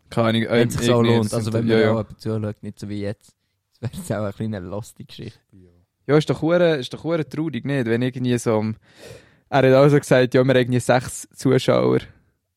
S2: Keine Ahnung. äh,
S3: Wenn es sich auch
S2: irgendwie
S3: lohnt. Also wenn man
S2: ja,
S3: ja,
S2: ja.
S3: auch jemanden zuschaut, nicht so wie jetzt. Das wäre jetzt auch eine kleine lustige Geschichte.
S1: Ja.
S2: Ja, ist doch hure, ist doch hure traurig, nicht? Wenn irgendwie so, am- er hat auch so gesagt, ja, wir haben irgendwie sechs Zuschauer.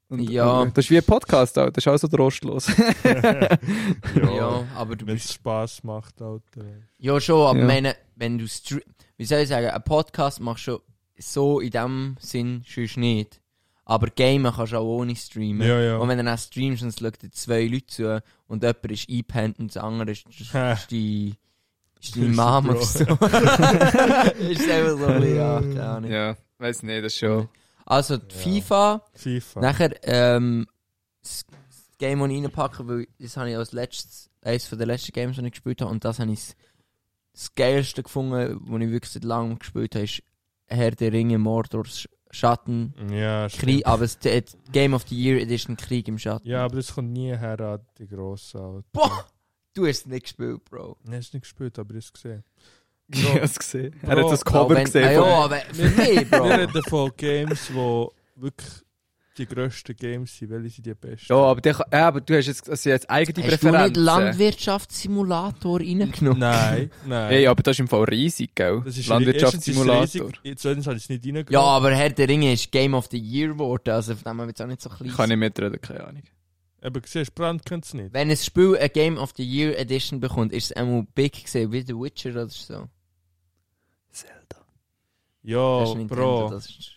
S2: Und,
S3: Ja.
S2: Und das ist wie ein Podcast, Alter. Das ist auch so trostlos.
S3: Ja, aber du
S1: Wenn
S3: bist...
S1: es Spass macht, Alter.
S3: Ja schon, aber
S2: Ja.
S3: meine, wenn du... stre- Wie soll ich sagen, ein Podcast machst du so in dem Sinn sonst nicht. Aber gamen kannst du auch ohne streamen.
S1: Ja, ja.
S3: Und wenn du dann streamst und es schauen dir zwei Leute zu und jemand ist eingepennt und das andere ist, ist, ist die... Ist deine
S1: Ist der
S3: Mama
S1: Bro.
S3: oder so. ist einfach so ein bisschen, ja, keine Ahnung.
S2: ja, weiß nicht, das ist schon.
S3: Also, die
S1: Ja.
S3: FIFA...
S1: FIFA.
S3: Nachher, ähm, das das Game, das ich reinpacke, weil das habe ich als letztes, eines der letzten Games, das ich gespielt habe, und das habe ich das- das geilste gefunden, das ich wirklich seit langem gespielt habe, ist Herr der Ringe, Mordors, Schatten,
S1: Ja,
S3: Krieg,
S1: stimmt.
S3: aber es äh, Game of the Year Edition, Krieg im Schatten.
S1: Ja, aber das kommt nie her an die grossen Alter.
S3: Boah! Du hast es nicht gespielt, Bro.
S1: Nein, hast du nicht gespielt, aber ich habe es gesehen.
S2: Ich
S1: Bro.
S2: hab's gesehen. Er hat
S1: Bro.
S2: das
S3: Auch
S2: Cover
S3: wenn-
S2: gesehen.
S3: Ah, ja, aber für mich, Bro.
S1: Wir reden von Games, wo wirklich die grössten Games sind. Welche sind die besten?
S2: ja, aber, der, kann- ja, aber du hast jetzt, also jetzt eigene
S3: Hast du nicht
S2: Präferenzen.
S3: Landwirtschaftssimulator reingenommen?
S1: Nein, nein.
S2: Hey, aber das ist im Fall riesig, gell?
S1: Das ist
S2: Landwirtschaftssimulator.
S1: Jetzt habe ich es nicht reingekommen.
S3: Ja, aber Herr der Ringe ist Game of the Year geworden, also von dem haben wir jetzt auch nicht so klein.
S2: Ich kann nicht mitreden, keine Ahnung.
S1: Aber siehst, Brand kennt es nicht.
S3: Wenn ein Spiel eine Game of the Year Edition bekommt, ist es einmal big gesehen, wie The Witcher oder so.
S2: Zelda.
S1: Ja,
S3: Das ist Nintendo,
S1: Oh, Bro.
S3: das ist-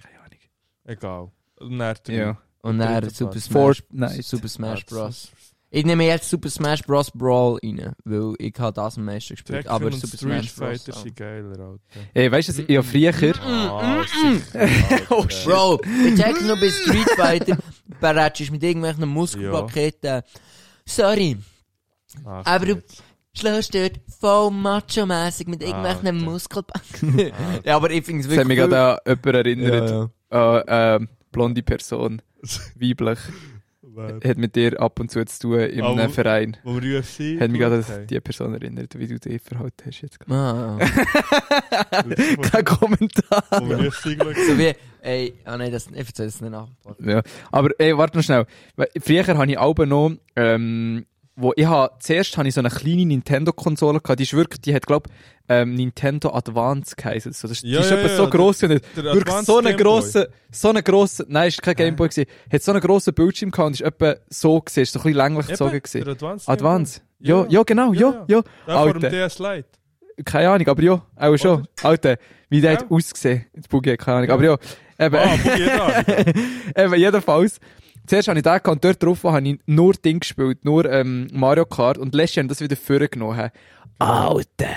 S2: Keine Ahnung.
S1: Egal. Und dann drei.
S2: Ja.
S3: Und
S1: Der
S3: dann
S1: dritte
S3: Super
S1: Platz.
S3: Smash,
S2: Fortnite.
S3: Super Smash
S1: Ja, das
S3: Bros. Ich nehme jetzt Super Smash Bros. Brawl rein, weil ich habe das am meisten gespielt.
S1: Tekken
S3: Aber
S1: und
S3: Super
S1: Street
S3: Smash Bros. Mm,
S1: Fighter
S3: auch.
S1: sind geiler, Alter.
S2: Ey, weißt du, was ich- ich habe früher.
S1: Ah,
S3: mm.
S1: sicher,
S2: Oh,
S1: Alter.
S2: shit.
S3: Bro, ich check noch bei Street Fighter, berätst du mit irgendwelchen Muskelpaketen. Sorry,
S1: Ach,
S3: Aber du-
S1: jetzt.
S3: schlägst dort voll macho-mässig mit irgendwelchen
S1: okay.
S3: Muskelbanken. ja, aber ich finde es
S2: Das hat mich
S3: wirklich cool.
S2: gerade an jemanden erinnert.
S1: Ja,
S2: An, äh, blonde Person, weiblich,
S1: Wer-
S2: hat mit dir ab und zu zu tun in einem
S1: Aber-
S2: Verein.
S1: Wo wir UFC.
S2: Hat mich gerade
S1: geschaut
S2: an
S1: haben.
S2: die Person erinnert, wie du dich verhalten hast jetzt. gerade.
S3: Ah.
S2: Kein Kommentar.
S1: Wo wir UFC geschaut haben.
S3: so wie, ey, ah nein, das, ich erzähl das nicht nach.
S2: Ja. Aber ey, warte noch schnell. Weil Früher habe ich auch noch, ähm, wo ich habe, zuerst habe ich so eine kleine Nintendo-Konsole gehabt, die ist wirklich, die hat, glaube ähm, Nintendo Advance geheißen. So, das, die
S1: Ja,
S2: ist
S1: ja,
S2: etwa
S1: ja,
S2: so
S1: der-
S2: gross gewesen und hat
S1: Der
S2: wirklich
S1: Advanced
S2: so einen
S1: Game Boy.
S2: grossen, so einen grossen, nein, ist kein Gameboy gewesen, hat so einen grossen Bildschirm gehabt und ist etwa so gewesen, ist so ein bisschen länglich
S1: Eben,
S2: gezogen gewesen.
S1: Der Advanced. Game
S2: Advance.
S1: Boy.
S2: Ja, ja, genau, ja,
S1: Ja,
S2: ja.
S1: Der vor dem
S2: Alter.
S1: DS Lite.
S2: Keine Ahnung, aber ja, auch schon. Alter, wie der hat
S1: Ja.
S2: ausgesehen. Das Buggy, keine Ahnung, aber ja. Eben.
S1: Ah, Boogie Jedi.
S2: Eben, jedenfalls. Zuerst habe ich den gehabt, und dort drauf habe ich nur Ding gespielt, nur ähm, Mario Kart. Und letztes Jahr habe ich das wieder vorgenommen. Alter!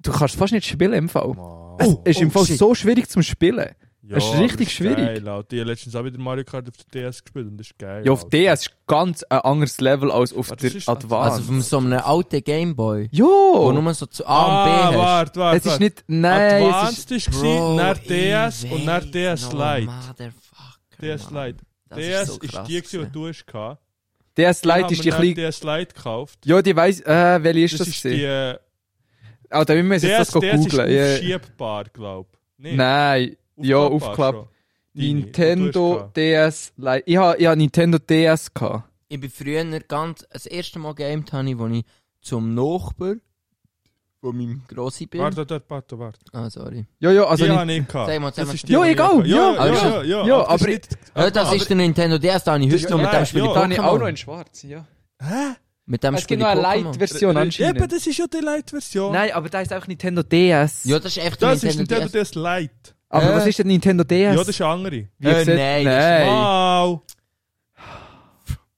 S2: Du kannst fast nicht spielen im Fall. Es ist im
S3: oh,
S2: Fall
S3: shit.
S2: so schwierig zum Spielen.
S1: Ja,
S2: Es ist richtig
S1: aber
S2: schwierig.
S1: Geil, Alter. Ich habe letztens auch wieder Mario Kart auf der DS gespielt und das ist geil.
S2: Ja, auf
S1: Alter.
S2: DS ist ganz ein anderes Level als auf
S1: Ah, das
S2: der
S1: ist-
S2: Advance.
S3: Also von so einem alten Gameboy, wo
S2: jo!
S3: nur so zu A und B
S1: Ah,
S3: hast.
S1: warte, warte.
S2: Es ist nicht. Nein, es ist.
S1: Advanced ist gewesen, nach DS und nach DS Lite. DS
S3: DS
S1: Lite.
S3: Das
S1: DS
S3: so
S1: ist
S3: krass
S1: die, gewesen, die
S3: gewesen.
S1: du hast gehabt.
S2: DS Lite ist die
S1: haben wir
S2: kleine.
S1: nach DS Lite gekauft.
S2: Ja, die weiss. Äh, welche ist
S1: Das
S2: das?
S1: ist die...
S2: gewesen?
S1: äh,
S2: Alter, wir müssen jetzt
S1: DS,
S2: das go
S1: DS ist
S2: googeln. Ja.
S1: aufschiebbar, glaub. Nee,
S2: Nein, ja,
S1: aufklappbar
S2: aufklapp.
S1: schon. Deine, die
S2: Nintendo
S1: du hast gehabt.
S2: DS Lite. Ich habe ich ha Nintendo DS gehabt.
S3: Ich bin früher ganz, das erste Mal gegamed habe ich, wo ich zum Nachbar von meinem Grossi bin.
S1: Warte, warte, warte, warte.
S3: Ah, sorry.
S2: Ja, ja,
S1: Also
S2: also
S1: die
S2: nicht-
S1: habe ich nicht gehabt.
S3: Sag mal, sag
S1: Das
S3: mal.
S1: ist die,
S2: Ja,
S1: die ich
S2: egal,
S1: gehabt. ja,
S2: ja,
S1: ja,
S3: aber
S1: ja,
S3: schon.
S1: ja,
S2: Ja,
S1: aber das
S2: aber-
S1: ist nicht-
S3: Ja, das
S1: aber-
S3: ist der Nintendo DS, da habe ich heute
S2: Ja,
S3: noch mit
S1: ja,
S3: dem Spiel
S1: ja.
S2: da habe ich
S3: Pokémon.
S2: auch noch in schwarz, ja.
S1: Hä?
S3: Mit dem
S2: Es
S3: Spiel
S2: gibt noch eine
S3: Pokémon.
S2: Lite-Version
S1: Eben,
S2: anscheinend.
S1: das ist ja die Lite-Version.
S2: Nein, aber da ist einfach Nintendo DS.
S3: Ja, das ist echt
S1: Das ist
S3: Nintendo
S1: Nintendo
S3: DS.
S1: DS Lite.
S2: aber
S3: Äh.
S2: was ist denn Nintendo DS?
S1: Ja, das ist eine andere.
S2: Wie
S3: Äh,
S2: gesagt,
S3: nein, das ist-
S2: nein.
S1: Wow. Das ist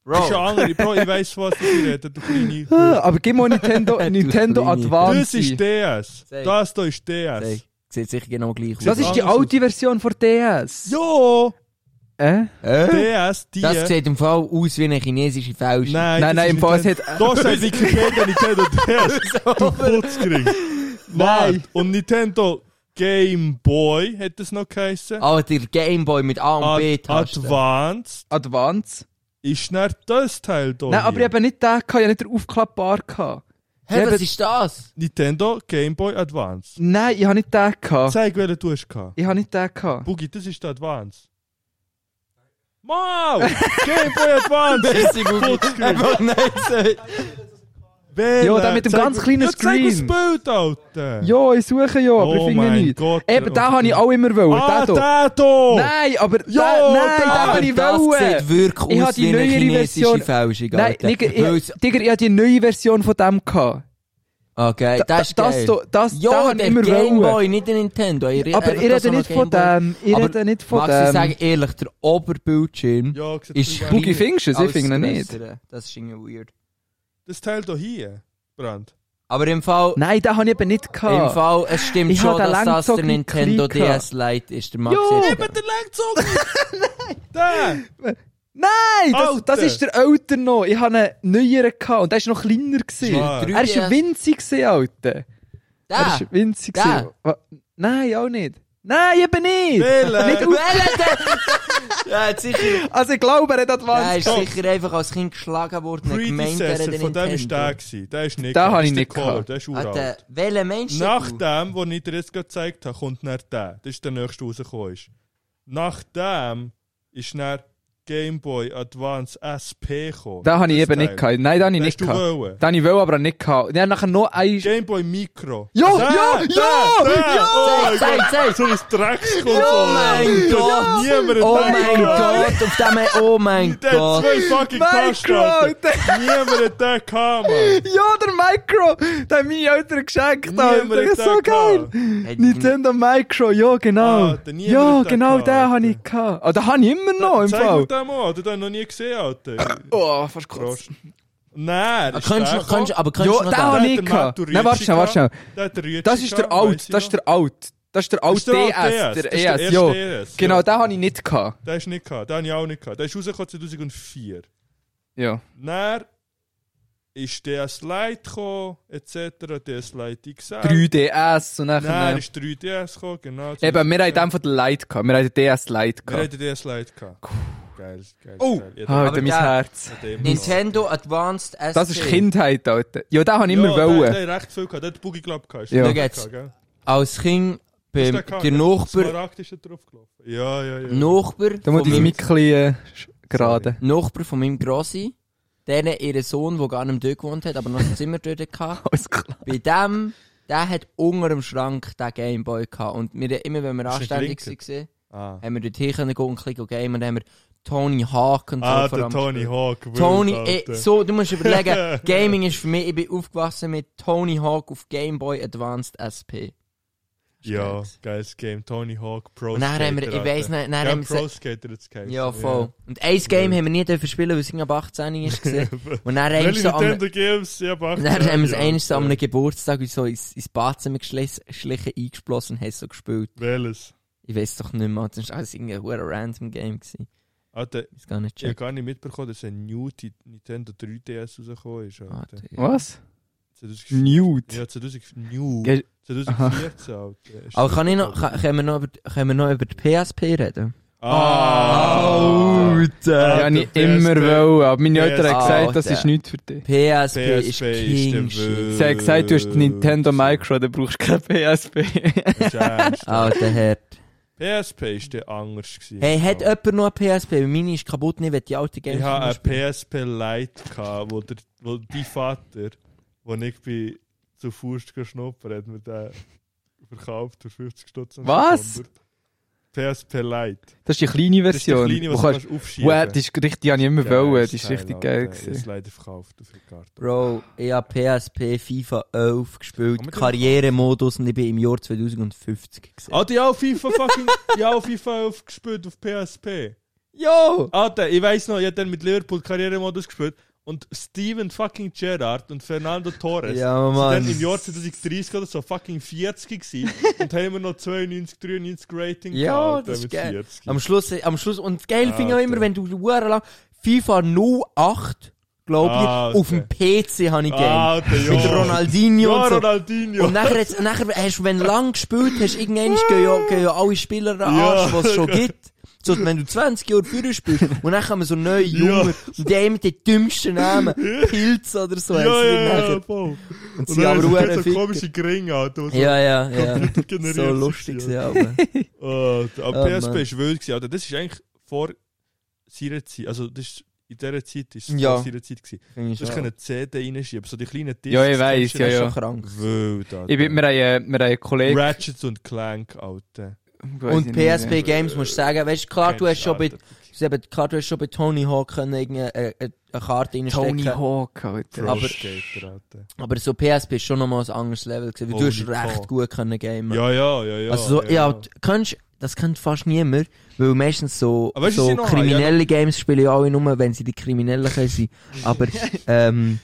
S1: eine
S3: Bro,
S1: andere. Bro, ich weiss, was ich rede, du
S2: Ah,
S1: kleine...
S2: aber gib mal Nintendo, Nintendo
S3: kleine.
S2: Advance.
S1: Das ist DS.
S3: Sag.
S1: Das da ist DS.
S3: sieht sicher genau gleich aus.
S2: Das ist die
S1: Anders
S2: alte Version von DS.
S1: Ja,
S2: Äh?
S3: Äh?
S1: DS, die...
S3: Das sieht im Fall aus wie eine chinesische Fälschung.
S1: Nein, das
S2: Nein, nein,
S1: ist
S2: im Fall es
S1: Nintendo-
S2: hat...
S1: Da sagt Wikipedia Nintendo DS. Du Putzkrieg. Nein. Und Nintendo Game Boy hat das noch geheissen.
S3: Aber der Gameboy mit A und B
S1: Ad
S3: Tasten.
S1: Advanced
S2: Advance?
S1: ist nicht das Teil da.
S2: Nein, aber
S1: hier.
S2: eben nicht den, gehabt, ich habe nicht den aufklappbar gehabt.
S3: Hä,
S2: Ja,
S3: was
S2: aber-
S3: ist das?
S1: Nintendo Game Boy Advance.
S2: Nein, ich habe nicht den gehabt.
S1: Zeig, welchen du hast gehabt.
S2: Ich habe nicht den gehabt.
S1: Boogie, das ist der Advance. Mau! Game Boy Advance!
S3: Ist die Google-
S1: Putzkrieg.
S3: Einfach nein, sag.
S1: Wählen.
S2: Ja, der mit dem
S1: Zeig-
S2: ganz kleinen
S1: ja, zeig
S2: Screen.
S1: das Bild, Alter.
S2: Ja, ich suche ja, aber
S1: Oh
S2: ich finde
S1: mein
S2: nicht.
S1: Gott.
S2: Eben, den habe ich auch immer wollen.
S1: Ah,
S2: den hier.
S1: der da!
S2: Nein, aber den,
S1: Ja,
S2: nein, den
S1: der.
S2: habe ich
S3: Das sieht
S2: wollen. Ich
S3: wirklich
S2: habe
S3: aus
S2: die
S3: wie eine
S2: neuere
S3: chinesische
S2: Version.
S3: Fälschung.
S2: Nein,
S3: Alter.
S2: Digga, ich,
S3: Weil's-
S2: Digga, ich habe die neue Version von dem gehabt.
S3: Okay,
S2: Da-
S3: das ist
S2: das,
S3: geil.
S2: da- das, das,
S3: Ja,
S2: habe ich
S3: der
S2: immer wollen.
S3: Gameboy, nicht der Nintendo. Ich
S2: Aber
S3: einfach
S2: ich
S3: das
S2: rede
S3: noch
S2: nicht von
S3: Gameboy.
S2: dem. Ich
S3: Aber
S2: rede nicht von
S3: Magst du sagen,
S2: dem.
S3: ehrlich, der Oberbildschirm
S1: Ja, sieht
S3: ist
S1: klein aus.
S2: Boogie findest du es? Ich
S3: als
S2: finde ihn
S3: der
S2: nicht.
S3: grössere. Das ist irgendwie weird.
S1: Das Teil da hier, Brand.
S3: Aber im Fall,
S2: Nein, den habe ich eben nicht
S3: im
S2: gehabt.
S3: Fall es stimmt
S2: Ich
S3: schon,
S2: habe den
S3: dass das der
S2: langgezogenen
S3: Nintendo
S2: Klein gehabt.
S3: DS Lite ist. Der Max
S2: Jo.
S1: Eben der Langzug! Nein!
S2: Nein, das,
S1: Alter.
S2: das ist der älter noch. Ich habe einen neueren gehabt und der war noch kleiner. Gewesen.
S1: Ja.
S2: Er war winzig, gewesen, Alter. Er
S3: Da!
S2: war winzig.
S3: Da.
S2: gewesen. Wa- Nein, auch nicht. Nein, eben nicht.
S1: Wählen.
S2: Nicht auf-
S3: Welcher der? Ja, hat sicher,
S2: Also ich glaube, er hat
S3: ja,
S2: Advanced.
S3: ist sicher einfach als Kind geschlagen worden. Er gemeint, er hat
S1: Predecessor,
S3: den
S1: von dem ist
S3: Nintendo.
S1: der gewesen. Der ist nicht
S2: Den habe
S1: Das
S2: ich
S1: ist der
S2: nicht
S1: Cole,
S2: gehabt.
S1: Der ist uralt.
S3: Alter, welcher Mensch?
S1: Nach
S3: du?
S1: dem, den ich dir jetzt gerade gezeigt habe, kommt dann der. Das ist der nächste, der rausgekommen ist. Nach dem ist dann Game Boy Advance SP gekommen.
S2: Da habe ich
S1: Das
S2: eben
S1: Teil.
S2: nicht gehabt. Nein, da habe ich
S1: Den hast
S2: nicht
S1: du
S2: gehabt.
S1: wollen.
S2: Da habe ich will, aber nicht gehabt. Ja, nachher noch ein.
S1: Game Boy Micro.
S2: Ja,
S1: Der,
S2: ja,
S1: der,
S2: ja,
S1: der.
S2: ja.
S1: Oh mein Gott,
S3: Zeig, zeig, zeig.
S1: So ein Dreckskonsole.
S3: Oh mein Gott.
S1: Niemand
S3: Oh
S1: denkt
S3: mein
S1: daran.
S3: Gott, auf dem, oh mein
S1: Der hat
S3: Gott.
S1: zwei fucking Tasten. Alter. Niemand hat den gehabt, Mann.
S2: Ja, der Micro! Der hat meine Eltern geschenkt, Alter.
S1: Niemand
S2: Das ist
S1: hat
S2: so
S1: den
S2: geil!
S1: gehabt.
S3: Hey,
S2: Nintendo Micro, ja, genau.
S1: Alter, niemand
S2: ja,
S1: hat den
S2: genau,
S1: gehabt,
S2: den
S1: Alter.
S2: habe ich gehabt. Ah, den habe ich immer noch im
S1: Zeig mir
S2: Fall.
S1: den mal, du hast ihn noch nie gesehen, Alter.
S2: Oh, fast
S1: Prost. Nein,
S2: Äh,
S1: das ist
S3: Könntest
S1: der
S3: du, noch- könntest du,
S1: gekommen.
S3: aber könntest
S2: Ja,
S3: du noch
S2: der
S3: sagen?
S2: habe
S1: Der hat
S2: ich
S1: den
S2: gehabt.
S1: Maturizzi
S2: Ah, Nein, warte schnell, warte schnell.
S1: gehabt. Der hat den Rütschi
S2: Das ist der
S1: gehabt, weiss
S2: Alt,
S1: ich
S2: das ist
S1: noch.
S2: der Alt. Das ist der Alt
S1: Das ist der
S2: DS,
S1: alte DS,
S2: der
S1: das ist
S2: ES,
S1: der
S2: ja.
S1: erste DS,
S2: Genau,
S1: ja.
S2: den habe ich nicht gehabt.
S1: Den hast du nicht gehabt, den habe ich auch nicht gehabt. Der ist rausgekommen 2004.
S2: Ja.
S1: Dann ist DS Lite gekommen, etc., DS Lite XL.
S2: 3DS und
S1: Nein,
S2: nachher.
S1: ist 3DS gekommen, genau.
S2: Eben, wir haben in dem Fall den Light gehabt. Wir haben den DS Light
S1: Wir
S2: gehabt.
S1: hatten DS Lite gehabt. Geil, geil.
S2: Oh!
S1: geil. Ja,
S2: Ah,
S1: der-
S2: Alter, mein
S3: Aber der-
S2: Herz.
S1: der- der-
S3: Nintendo Advanced SP.
S2: Das ist Kindheit, Alter. Ja, das habe ich immer
S1: ja,
S2: wollen.
S1: Der, der hat recht viel gehabt, der hat Boogie Club gehabt. Ist der
S2: Ja.
S3: Schau
S1: gehabt,
S3: jetzt.
S1: gell?
S3: Als Kind beim
S1: Ist gehabt,
S3: der Nachbar,
S1: Smaragd ist da draufgelaufen. Ja, ja, ja.
S3: Nachbar,
S2: Da muss
S3: von
S2: ich
S3: meinem,
S2: mich ein bisschen äh, gerade.
S3: Nachbar von meinem Grossi, der ihren Sohn, der gar nicht mehr dort gewohnt hat, aber noch ein Zimmer dort hatte,
S2: Alles klar.
S3: bei dem, der hat unter dem Schrank den Gameboy gehabt. Und wir, immer wenn wir
S1: Ist er
S3: anständig
S1: gelinkt?
S3: waren,
S1: Ah,
S3: haben wir dort hin können gehen und klicken und gamen, dann haben wir Tony Hawk und so
S1: ah
S3: vor
S1: der
S3: allem
S1: Tony
S3: gespielt.
S1: Hawk. wild,
S3: Tony,
S1: Alter.
S3: eh, so, du musst überlegen, Gaming ist für mich, ich bin aufgewachsen mit Tony Hawk auf Game Boy Advanced SP.
S1: Ja, geiles Game. Tony Hawk, Pro
S3: Und dann haben wir, ich
S1: Skater,
S3: weiss
S1: Alter.
S3: nicht, dann
S1: Ja,
S3: haben wir
S1: Pro Skater jetzt geheißen.
S3: Ja, voll. Und ein Game haben wir nie dürfen spielen, weil es irgendwie ab 18 ist. gewesen. Und dann haben wir
S1: Welche
S3: so am,
S1: Nintendo Games? Ja, Bach.
S3: und dann haben wir es eines
S1: ja.
S3: an einem Geburtstag wie so ins, ins Badzimmer geschlichen, schlichen, eingesplossen und haben so gespielt.
S1: Welches?
S3: Ich weiß doch nicht mehr, das war alles irgendein verdammt random Game. Gewesen.
S1: Alter,
S3: Ich weiß gar nicht
S1: ich habe
S3: checken.
S1: gar nicht mitbekommen, dass ein New Ti- Nintendo 3DS rausgekommen ist.
S3: Ah,
S1: Alter.
S3: Digga.
S2: Was?
S1: 2004
S2: Nude.
S1: dus Ja, dus 2000, New.
S2: Ge-
S1: dus
S3: Ah.
S1: 2014, Alter. Ist
S3: Aber kann ich
S1: das-
S3: noch, kann, können, wir noch über, können wir noch über die PSP reden?
S1: Ah!
S3: Oh,
S2: Ja,
S1: Alter,
S2: habe ich
S1: PSP.
S2: immer wollen. Aber meine Eltern haben
S3: PSP.
S2: gesagt, das ist nichts für dich.
S3: PSP,
S1: PSP
S3: ist
S1: ist
S3: King
S1: der
S3: Shit.
S1: Wöhl.
S2: Sie haben gesagt, du hast
S1: Äh,
S2: Nintendo Micro, dann brauchst du kein PSP. Ah.
S3: Alter Herd.
S1: PSP ist der anders gewesen.
S3: Hey, hat
S1: Alter.
S3: jemand noch eine PSP? Weil Meine ist kaputt, nicht, weil die alte Games
S1: Ich
S3: nicht
S1: habe
S3: mehr
S1: ein
S3: spielen.
S1: PSP Lite gehabt, wo der, wo die Vater, wo ich bin, zu Fuß geschnuppert hat, mir den verkauft für 50 Stutz.
S2: Was?
S1: PSP Lite.
S2: Das ist die kleine
S1: Das ist die
S2: Version.
S1: kleine,
S2: Wo
S1: was du
S2: kannst-
S1: kannst aufschieben
S2: Wow, die ist richtig, die habe ich immer
S1: Geil,
S2: wollen. Die ist
S1: Teil,
S2: richtig
S1: Alter.
S2: geil
S1: Ich habe
S2: gewesen.
S1: es leider verkauft auf der Karte.
S3: Bro, ich habe PSP FIFA 11
S1: Aber
S3: gespielt,
S1: du-
S3: Karrieremodus und ich bin im Jahr 2050 gewesen.
S1: Alter, ich habe auch FIFA fucking, ich habe auch FIFA aufgespielt auf PSP.
S3: Yo!
S1: Alter, ich weiß noch, ich habe dann mit Liverpool Karrieremodus gespielt und Steven fucking Gerrard und Fernando Torres
S3: Ja,
S1: sind
S3: Mann.
S1: dann im Jahr 2030 oder so fucking 40 gewesen und haben immer noch 92, 93 Rating
S3: Ja,
S1: gehabt, Alter,
S3: das ist
S1: mit
S3: geil.
S1: 40.
S3: Am Schluss, äh, am Schluss, und das Geil finde ich auch immer,
S1: Alter.
S3: wenn du jahrelang FIFA 08, glaube ich,
S1: Alter.
S3: auf dem PC habe ich game.
S1: Alter, ja.
S3: Mit Ronaldinho
S1: Ah, oh. ja,
S3: und so.
S1: Ronaldinho.
S3: Und nachher, jetzt, nachher hast du, wenn du lang gespielt hast, irgendwann gehen ja, gehen ja alle Spieler an,
S1: Ja.
S3: was es schon gibt. So, wenn du 20 Jahre früher spielst, und dann kommen so neue
S1: Ja.
S3: Jungen, und die haben mit den dümmsten Namen, Pilz oder so,
S1: ja,
S3: heisst es
S1: ja, ja,
S3: nachher.
S1: voll.
S3: und
S1: Und
S3: sie
S1: dann
S3: aber
S1: haben
S3: auch
S1: sie so
S3: Ficker.
S1: komische Gringe, Alter. wo so-
S3: Ja, ja, ja.
S1: generiert
S3: So
S1: sich,
S3: lustig ne?
S1: ja.
S3: gewesen, aber.
S1: Oh, aber
S3: Oh,
S1: PSP
S3: Mann.
S1: ist wild gewesen, Alter. Das ist eigentlich vor seiner Zeit, also das ist, in dieser Zeit ist es
S3: Ja.
S1: vor seiner Zeit gewesen. Du hast
S3: Das
S1: eine CD reinschieben, so die kleinen Discs.
S2: Ja, ich weiss,
S1: kennst du
S2: ja,
S1: das?
S3: ist
S2: ja.
S3: schon krank.
S1: Wild, Alter.
S2: Ich bin, wir haben, äh, wir haben einen Kollegen.
S1: Ratchets und Clank, Alter.
S2: Weiss
S3: Und
S2: ich nicht ne? mehr.
S3: PSP Games musst du sagen, weißt du, klar, du hast schon bei,
S1: Alter.
S3: sie haben- klar, du hast schon bei Tony Hawk können irgendeine äh, äh, eine Karte
S2: Tony
S3: reinstecken.
S2: Hawk, Alter.
S1: Pro
S3: aber-
S1: Skater, Alter.
S3: Aber so PSP ist schon nochmal ein anderes Level gewesen, weil du hast
S1: Holy cow.
S3: recht gut können gamen.
S1: Ja, ja, ja, ja.
S3: also so,
S1: ja,
S3: ja, kannst, das kennt fast niemand, weil meistens so,
S1: Aber weisst du, was
S3: so
S1: ich noch habe?
S3: kriminelle Games spielen ja alle nur, wenn sie die Kriminellen können sein. Aber, ähm,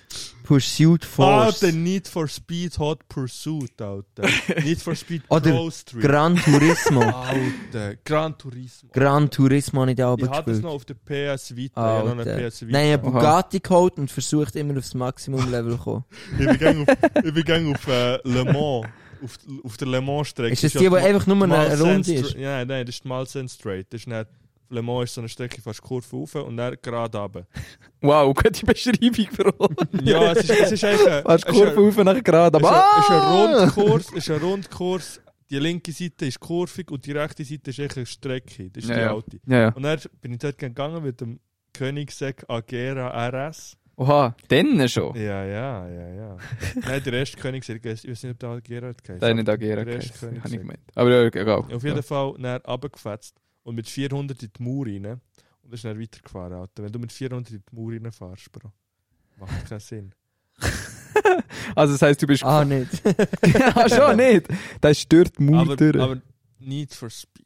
S1: Ah,
S3: Pursuit Force,
S1: Alter, Need for Speed Hot Pursuit, Alter. Need for Speed
S3: Oder
S1: Pro Street.
S3: Gran Turismo,
S1: Alter, Gran Turismo.
S3: Gran Turismo habe ich da
S1: ich
S3: oben
S1: hatte es
S3: gespielt.
S1: noch auf der PS Vita. ich habe noch
S3: Alter.
S1: eine PS Vita.
S3: Nein, ich habe
S2: Aha.
S3: Bugatti geholt und versucht immer aufs Maximum-Level zu kommen.
S1: Ich bin gang auf, ich bin gang auf äh, Le Mans. Auf, auf der Le Mans-Strecke.
S3: Ist das die, die einfach nur eine Runde ist?
S1: Nein, nein, das ist die Malsen Straight. Das ist nicht, Le Mans ist so eine Strecke fast Kurve rauf und dann gerade runter.
S2: Wow, gute Beschreibung, Bro.
S1: Ja, es ist, es ist eigentlich ein,
S2: Fast
S1: es ist ein,
S2: Kurve auf und nachher gerade.
S1: es ist ein,
S2: Aber
S1: es ist ein
S2: Ah!
S1: Rundkurs, es ist ein Rundkurs. Die linke Seite ist kurvig und die rechte Seite ist echt eine Strecke. Das ist
S2: Ja,
S1: die
S2: ja.
S1: alte.
S2: Ja, ja.
S1: Und dann bin ich dort gegangen mit dem Koenigsegg Agera RS.
S2: Oha, dann schon.
S1: Ja, ja, ja, ja. Nein, der erste Koenigsegg, ich weiß nicht, ob der Agera hat geheißen.
S2: Da habe ich nicht agieren
S1: Der Rest
S2: können.
S1: kann
S2: Habe ich
S1: ich
S2: gemeint. Aber ja, egal.
S1: Ja, Auf jeden Fall näher runtergefetzt und mit 400 in die Mauer rein. Und ist dann weitergefahren, Alter. Wenn du mit 400 in die Mauer reinfährst, Bro. Macht keinen Sinn.
S2: Also, das heisst, du bist.
S3: Ah, nicht.
S2: Ah, schon nicht. Das stört die Mauer
S1: Aber,
S2: durch.
S1: aber Need for Speed.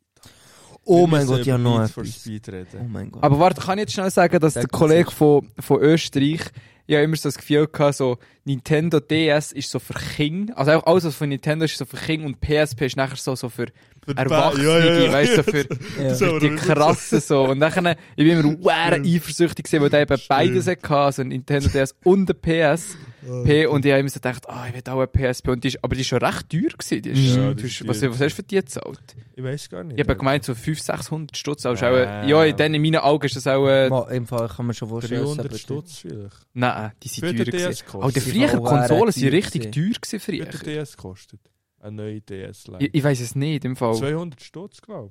S3: Oh
S4: Wir
S3: mein
S4: müssen
S3: Gott, ja,
S4: über
S3: noch
S4: Need for
S3: etwas.
S4: Speed
S3: Oh
S4: reden.
S3: mein Gott.
S2: Aber warte, kann ich jetzt schnell sagen, dass
S3: Sag
S2: der
S3: das
S2: Kollege von, von Österreich, ich habe immer so das Gefühl gehabt, so Nintendo DS ist so für King, also auch alles was von Nintendo ist so für King und PSP ist nachher so, so für
S1: Für die
S2: Erwachsene,
S1: Ba-
S2: weißt du, so für,
S3: ja.
S1: So,
S2: für die
S1: aber-
S2: krassen so. Und dann, ich bin immer wäre eifersüchtig gewesen, weil der eben beides hatte, also Nintendo DS und der PS. P und ich habe immer so gedacht, ah, ich will auch eine PSP. Und die ist, aber die ist schon recht teuer gewesen. Die ist,
S4: Ja,
S2: du
S4: das
S2: hast,
S4: ist
S2: was,
S4: teuer.
S2: was hast du für die gezahlt?
S3: Oh.
S4: Ich weiß gar nicht.
S2: Ich habe gemeint, so 500, 600 Stutz. Aber ja.
S4: Ah.
S2: Auch, ja, in, den, in meinen Augen ist das auch... Äh,
S3: Mal, Im Fall kann man schon vorstellen, dass
S4: 300
S3: jemand-
S4: Stutz vielleicht.
S2: nein, die sind
S4: Für
S2: teurer
S4: den DS
S2: gewesen.
S4: kostet.
S2: Aber die
S3: Die
S2: früheren
S3: waren
S2: Konsolen
S3: teuer
S2: sind richtig teuer
S3: gewesen.
S4: Wie
S2: gewesen früher.
S4: der DS kostet? Eine neue DS lang.
S2: Ich, ich weiß es nicht, im Fall.
S4: 200 Stutz, glaube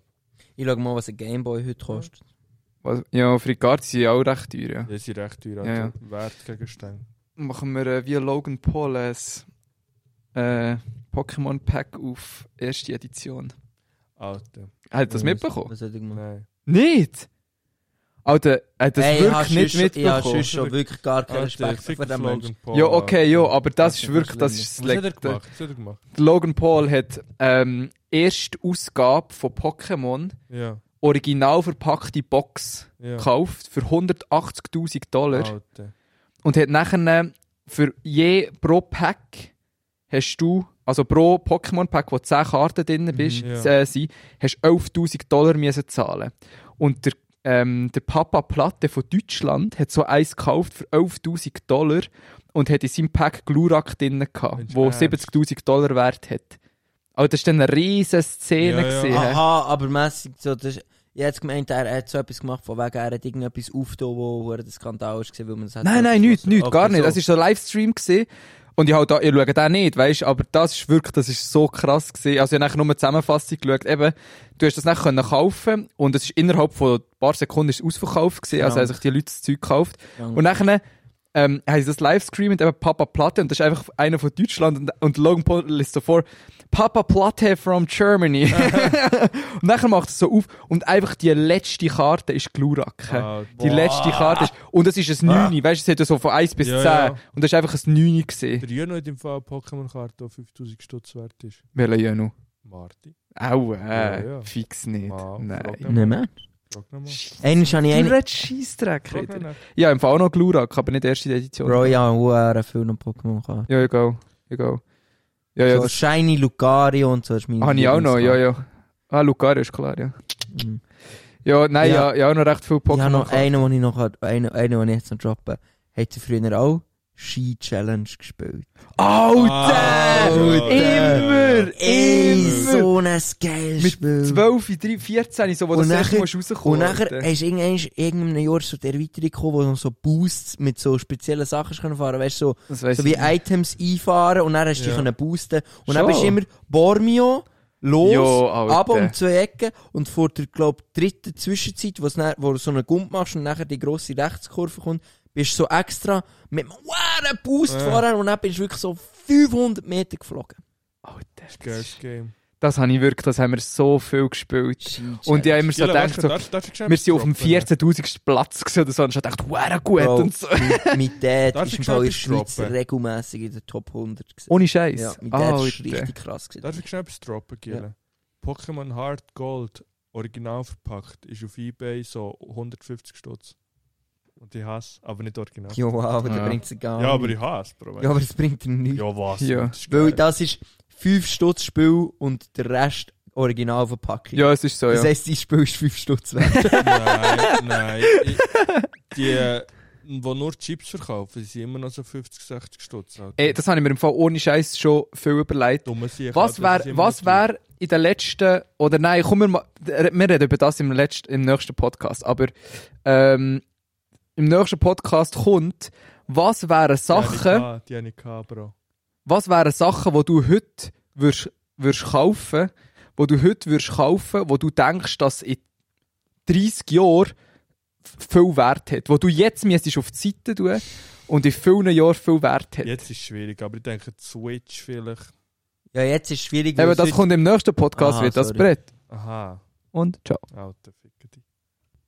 S3: Ich schau mal, was ein Gameboy heute kostet.
S2: Was- Ja, Frigard sind auch recht teuer, ja.
S4: ich. Die sind recht teuer. also
S2: Ja,
S4: Ja, Wertgegenstände.
S2: machen wir äh, wie Logan Paul ein äh, Pokémon Pack auf erste Edition.
S4: Alter.
S2: Hat er das
S3: Ja,
S2: mitbekommen?
S3: Was, was hat er gemacht?
S4: Nein.
S2: Nicht! Alter, er hat das
S3: Ey, ich hab
S2: wirklich nicht
S3: sonst schon- Ich habe
S2: mitbekommen. Ah,
S3: sonst schon wirklich gar keinen
S4: Alter,
S3: Respekt
S4: fick
S3: vor dem
S4: Logan
S3: Menschen.
S4: Paul,
S2: Ja, okay,
S4: Alter.
S2: ja, aber das
S4: Das
S2: ist wirklich, das ist
S4: Was hat er
S2: schlecht.
S4: gemacht? Was hat er gemacht?
S2: Logan Paul hat ähm, erste Ausgabe von Pokémon,
S4: Ja.
S2: original verpackte Box,
S4: ja.
S2: gekauft für 180.000
S1: Ah,
S2: Dollar.
S4: Alter.
S2: Und hat nachher äh, für je pro Pack hast du, also pro Pokémon-Pack, wo 10 Karten drin bist,
S4: Mhm, ja.
S2: äh, sind, hast du 11.000 Dollar müssen zahlen Und der, ähm, der Papa Platte von Deutschland hat so eins gekauft für 11.000 Dollar und hat in seinem Pack Glurak drin gehabt,
S4: Mensch,
S2: wo
S4: ernst?
S2: 70.000 Dollar wert hat. Aber das war dann eine riesige
S4: Ja, Ah,
S2: Szene.
S4: ja.
S2: gewesen, hä?
S3: Aha, aber mässig so, das ist, ich hätte gemeint, er, er hat so etwas gemacht, von wegen, er hat irgendetwas aufgetan, wo wo er ein Skandal ist, weil man es hat.
S2: Nein, nein, nichts, nichts, gar nicht. Das
S3: Das
S2: war so ein Livestream. Gewesen. Und ich, halt, da- ich schaue den nicht, weißt aber das ist wirklich, das ist so krass gewesen. Also ich habe nachher nur eine Zusammenfassung geschaut. Eben, du hast das nachher können kaufen und es ist innerhalb von ein paar Sekunden ist es ausverkauft gewesen. Also
S3: Krank.
S2: haben sich die Leute das Zeug gekauft.
S3: Krank.
S2: Und nachher ähm, haben sie das Livestream mit eben Papa Platte und das ist einfach einer von Deutschland und, und Logan Paul liest so vor, Papa Platte from Germany. und nachher macht es so auf und einfach die letzte Karte ist Glurak. hä?
S4: Alter.
S2: Die letzte Karte ist. Und das ist ein
S3: Ah.
S2: 9. Weißt du, es hat ja so von 1 bis
S4: Ja,
S2: 10.
S4: ja.
S2: Und das ist einfach ein 9 gesehen.
S4: Der Jöno hat im Fall eine Pokémon-Karte, die 5000 Stutz wert ist.
S2: Welcher Jönu?
S4: Marti.
S2: Au, äh,
S4: Ja, ja.
S2: fix nicht.
S4: Wow,
S2: Nein.
S4: frag
S3: Nicht mehr.
S4: Frag nochmal.
S3: Einmal habe ich
S2: Du
S3: einen...
S2: redest Scheissdreck,
S4: Frag
S2: Ritter.
S4: nochmal.
S2: Ja, im Fall auch noch Glurak, aber nicht erste Edition.
S3: Bro, ich habe einen Film und Pokémon gehabt.
S2: Ja, egal. Egal. Ja, ja,
S3: so
S2: das
S3: Shiny Lucario und so ist mein...
S2: habe ich auch noch. Ja,
S3: Lieblingscard.
S2: ja. Ah, Lucario ist klar, ja.
S3: Mhm.
S2: Ja, nein, ja,
S3: Ja.
S2: ja, auch noch recht viel
S3: Ich habe
S2: Pokémon.
S3: noch
S2: gehabt.
S3: einen, den ich noch... hab- Einen, einen, den ich jetzt noch droppen. Hat er früher auch Ski-Challenge gespielt.
S2: Alter!
S4: Alter!
S2: Immer!
S3: Ey,
S2: Immer!
S3: so ein geiles
S2: Mit
S3: Spiel.
S2: 12, 13, 14, so, wo
S3: Und
S2: das erste
S3: nachher-
S2: Mal rauskommt.
S3: Und nachher ist irgendwann irgendeinem Jahr so die Erweiterung gekommen, wo du so Boosts mit so speziellen Sachen hast können fahren weißt du, so,
S2: Das weiss
S3: so wie
S2: ich nicht.
S3: Items einfahren und dann hast du
S4: Ja.
S3: die können boosten. Und dann
S2: Schon?
S3: bist du immer Bormio, los,
S2: Jo, Alter.
S3: ab um zwei Ecken und vor der, glaub, dritten Zwischenzeit, wo's dann- wo du so einen Gump machst und nachher die grosse Rechtskurve kommt, bist du so extra mit einem wahren Boost
S4: Ja.
S3: fahren und dann bist du wirklich so 500 Meter geflogen.
S2: Alter, das ist
S4: Geiles Game.
S2: Das habe ich wirklich, das haben wir so viel gespielt. Und ich habe immer so
S4: Jelle,
S2: gedacht,
S4: weißt du,
S2: so,
S4: darfst- darfst du schnell
S2: wir sind auf dem
S4: droppen?
S2: 14.000. Platz gewesen oder so und ich habe gedacht, wow, gut
S3: Bro,
S2: und so.
S3: mein- Mein Dad
S4: Darf
S3: ist
S4: ich
S3: im Fall in der
S4: schnell etwas
S3: Schweiz
S4: droppen?
S3: regelmässig in der Top 100 gewesen.
S2: Ohne Scheiß.
S3: Ja, mit der
S2: Alter.
S3: ist richtig krass
S4: Darf
S3: gewesen.
S4: ich schnell etwas droppen, Gille? Pokémon Hard Gold, original verpackt, ist auf Ebay so 150 Stutz. Und ich hasse, aber nicht original.
S3: Ja, aber
S2: Ja.
S3: der bringt sie gar
S4: ja, aber
S3: nicht.
S4: ich hasse, Bro.
S3: Ja, aber das bringt ihm nichts.
S4: ja was?
S2: Ja.
S4: Das ist
S3: Weil
S4: geil.
S3: das ist 5 Stutz Spiel und der Rest Originalverpackung.
S2: Ja, es ist so,
S3: Das
S2: ja.
S3: heisst, dein Spiel ist 5 Stutz wert.
S4: nein, nein. Ich, die, äh, die nur Chips verkaufen, die sind immer noch so 50, 60 Stutz. Alter.
S2: Ey, das habe ich mir im Fall ohne Scheiß schon viel überlegt.
S4: Dumme Sieg,
S2: Was
S4: Alter, das
S2: wäre
S4: ist also, immer
S2: was
S4: noch
S2: wär in der letzten, oder nein, komm, wir, ma- wir reden über das im, letzten, im nächsten Podcast, aber ähm, im nächsten Podcast kommt, was
S4: die
S2: wären
S4: habe ich
S2: Sachen,
S4: gehabt, Die habe ich gehabt, Bro.
S2: Was wären Sachen, die du heute würdest, würdest kaufen, wo du heute würdest kaufen, wo du denkst, dass in 30 Jahren f- viel Wert hat, wo du jetzt müsstest auf die Seite tun und in vielen Jahren viel Wert hat.
S4: Jetzt ist es schwierig, aber ich denke, die Switch vielleicht.
S3: ja, jetzt ist es schwierig. weil
S2: Eben, das
S3: sonst-
S2: kommt im nächsten Podcast,
S3: Aha,
S2: wird das
S3: sorry.
S2: Brett.
S4: Aha,
S2: Ah, Und ciao.
S4: alter Ficker dich.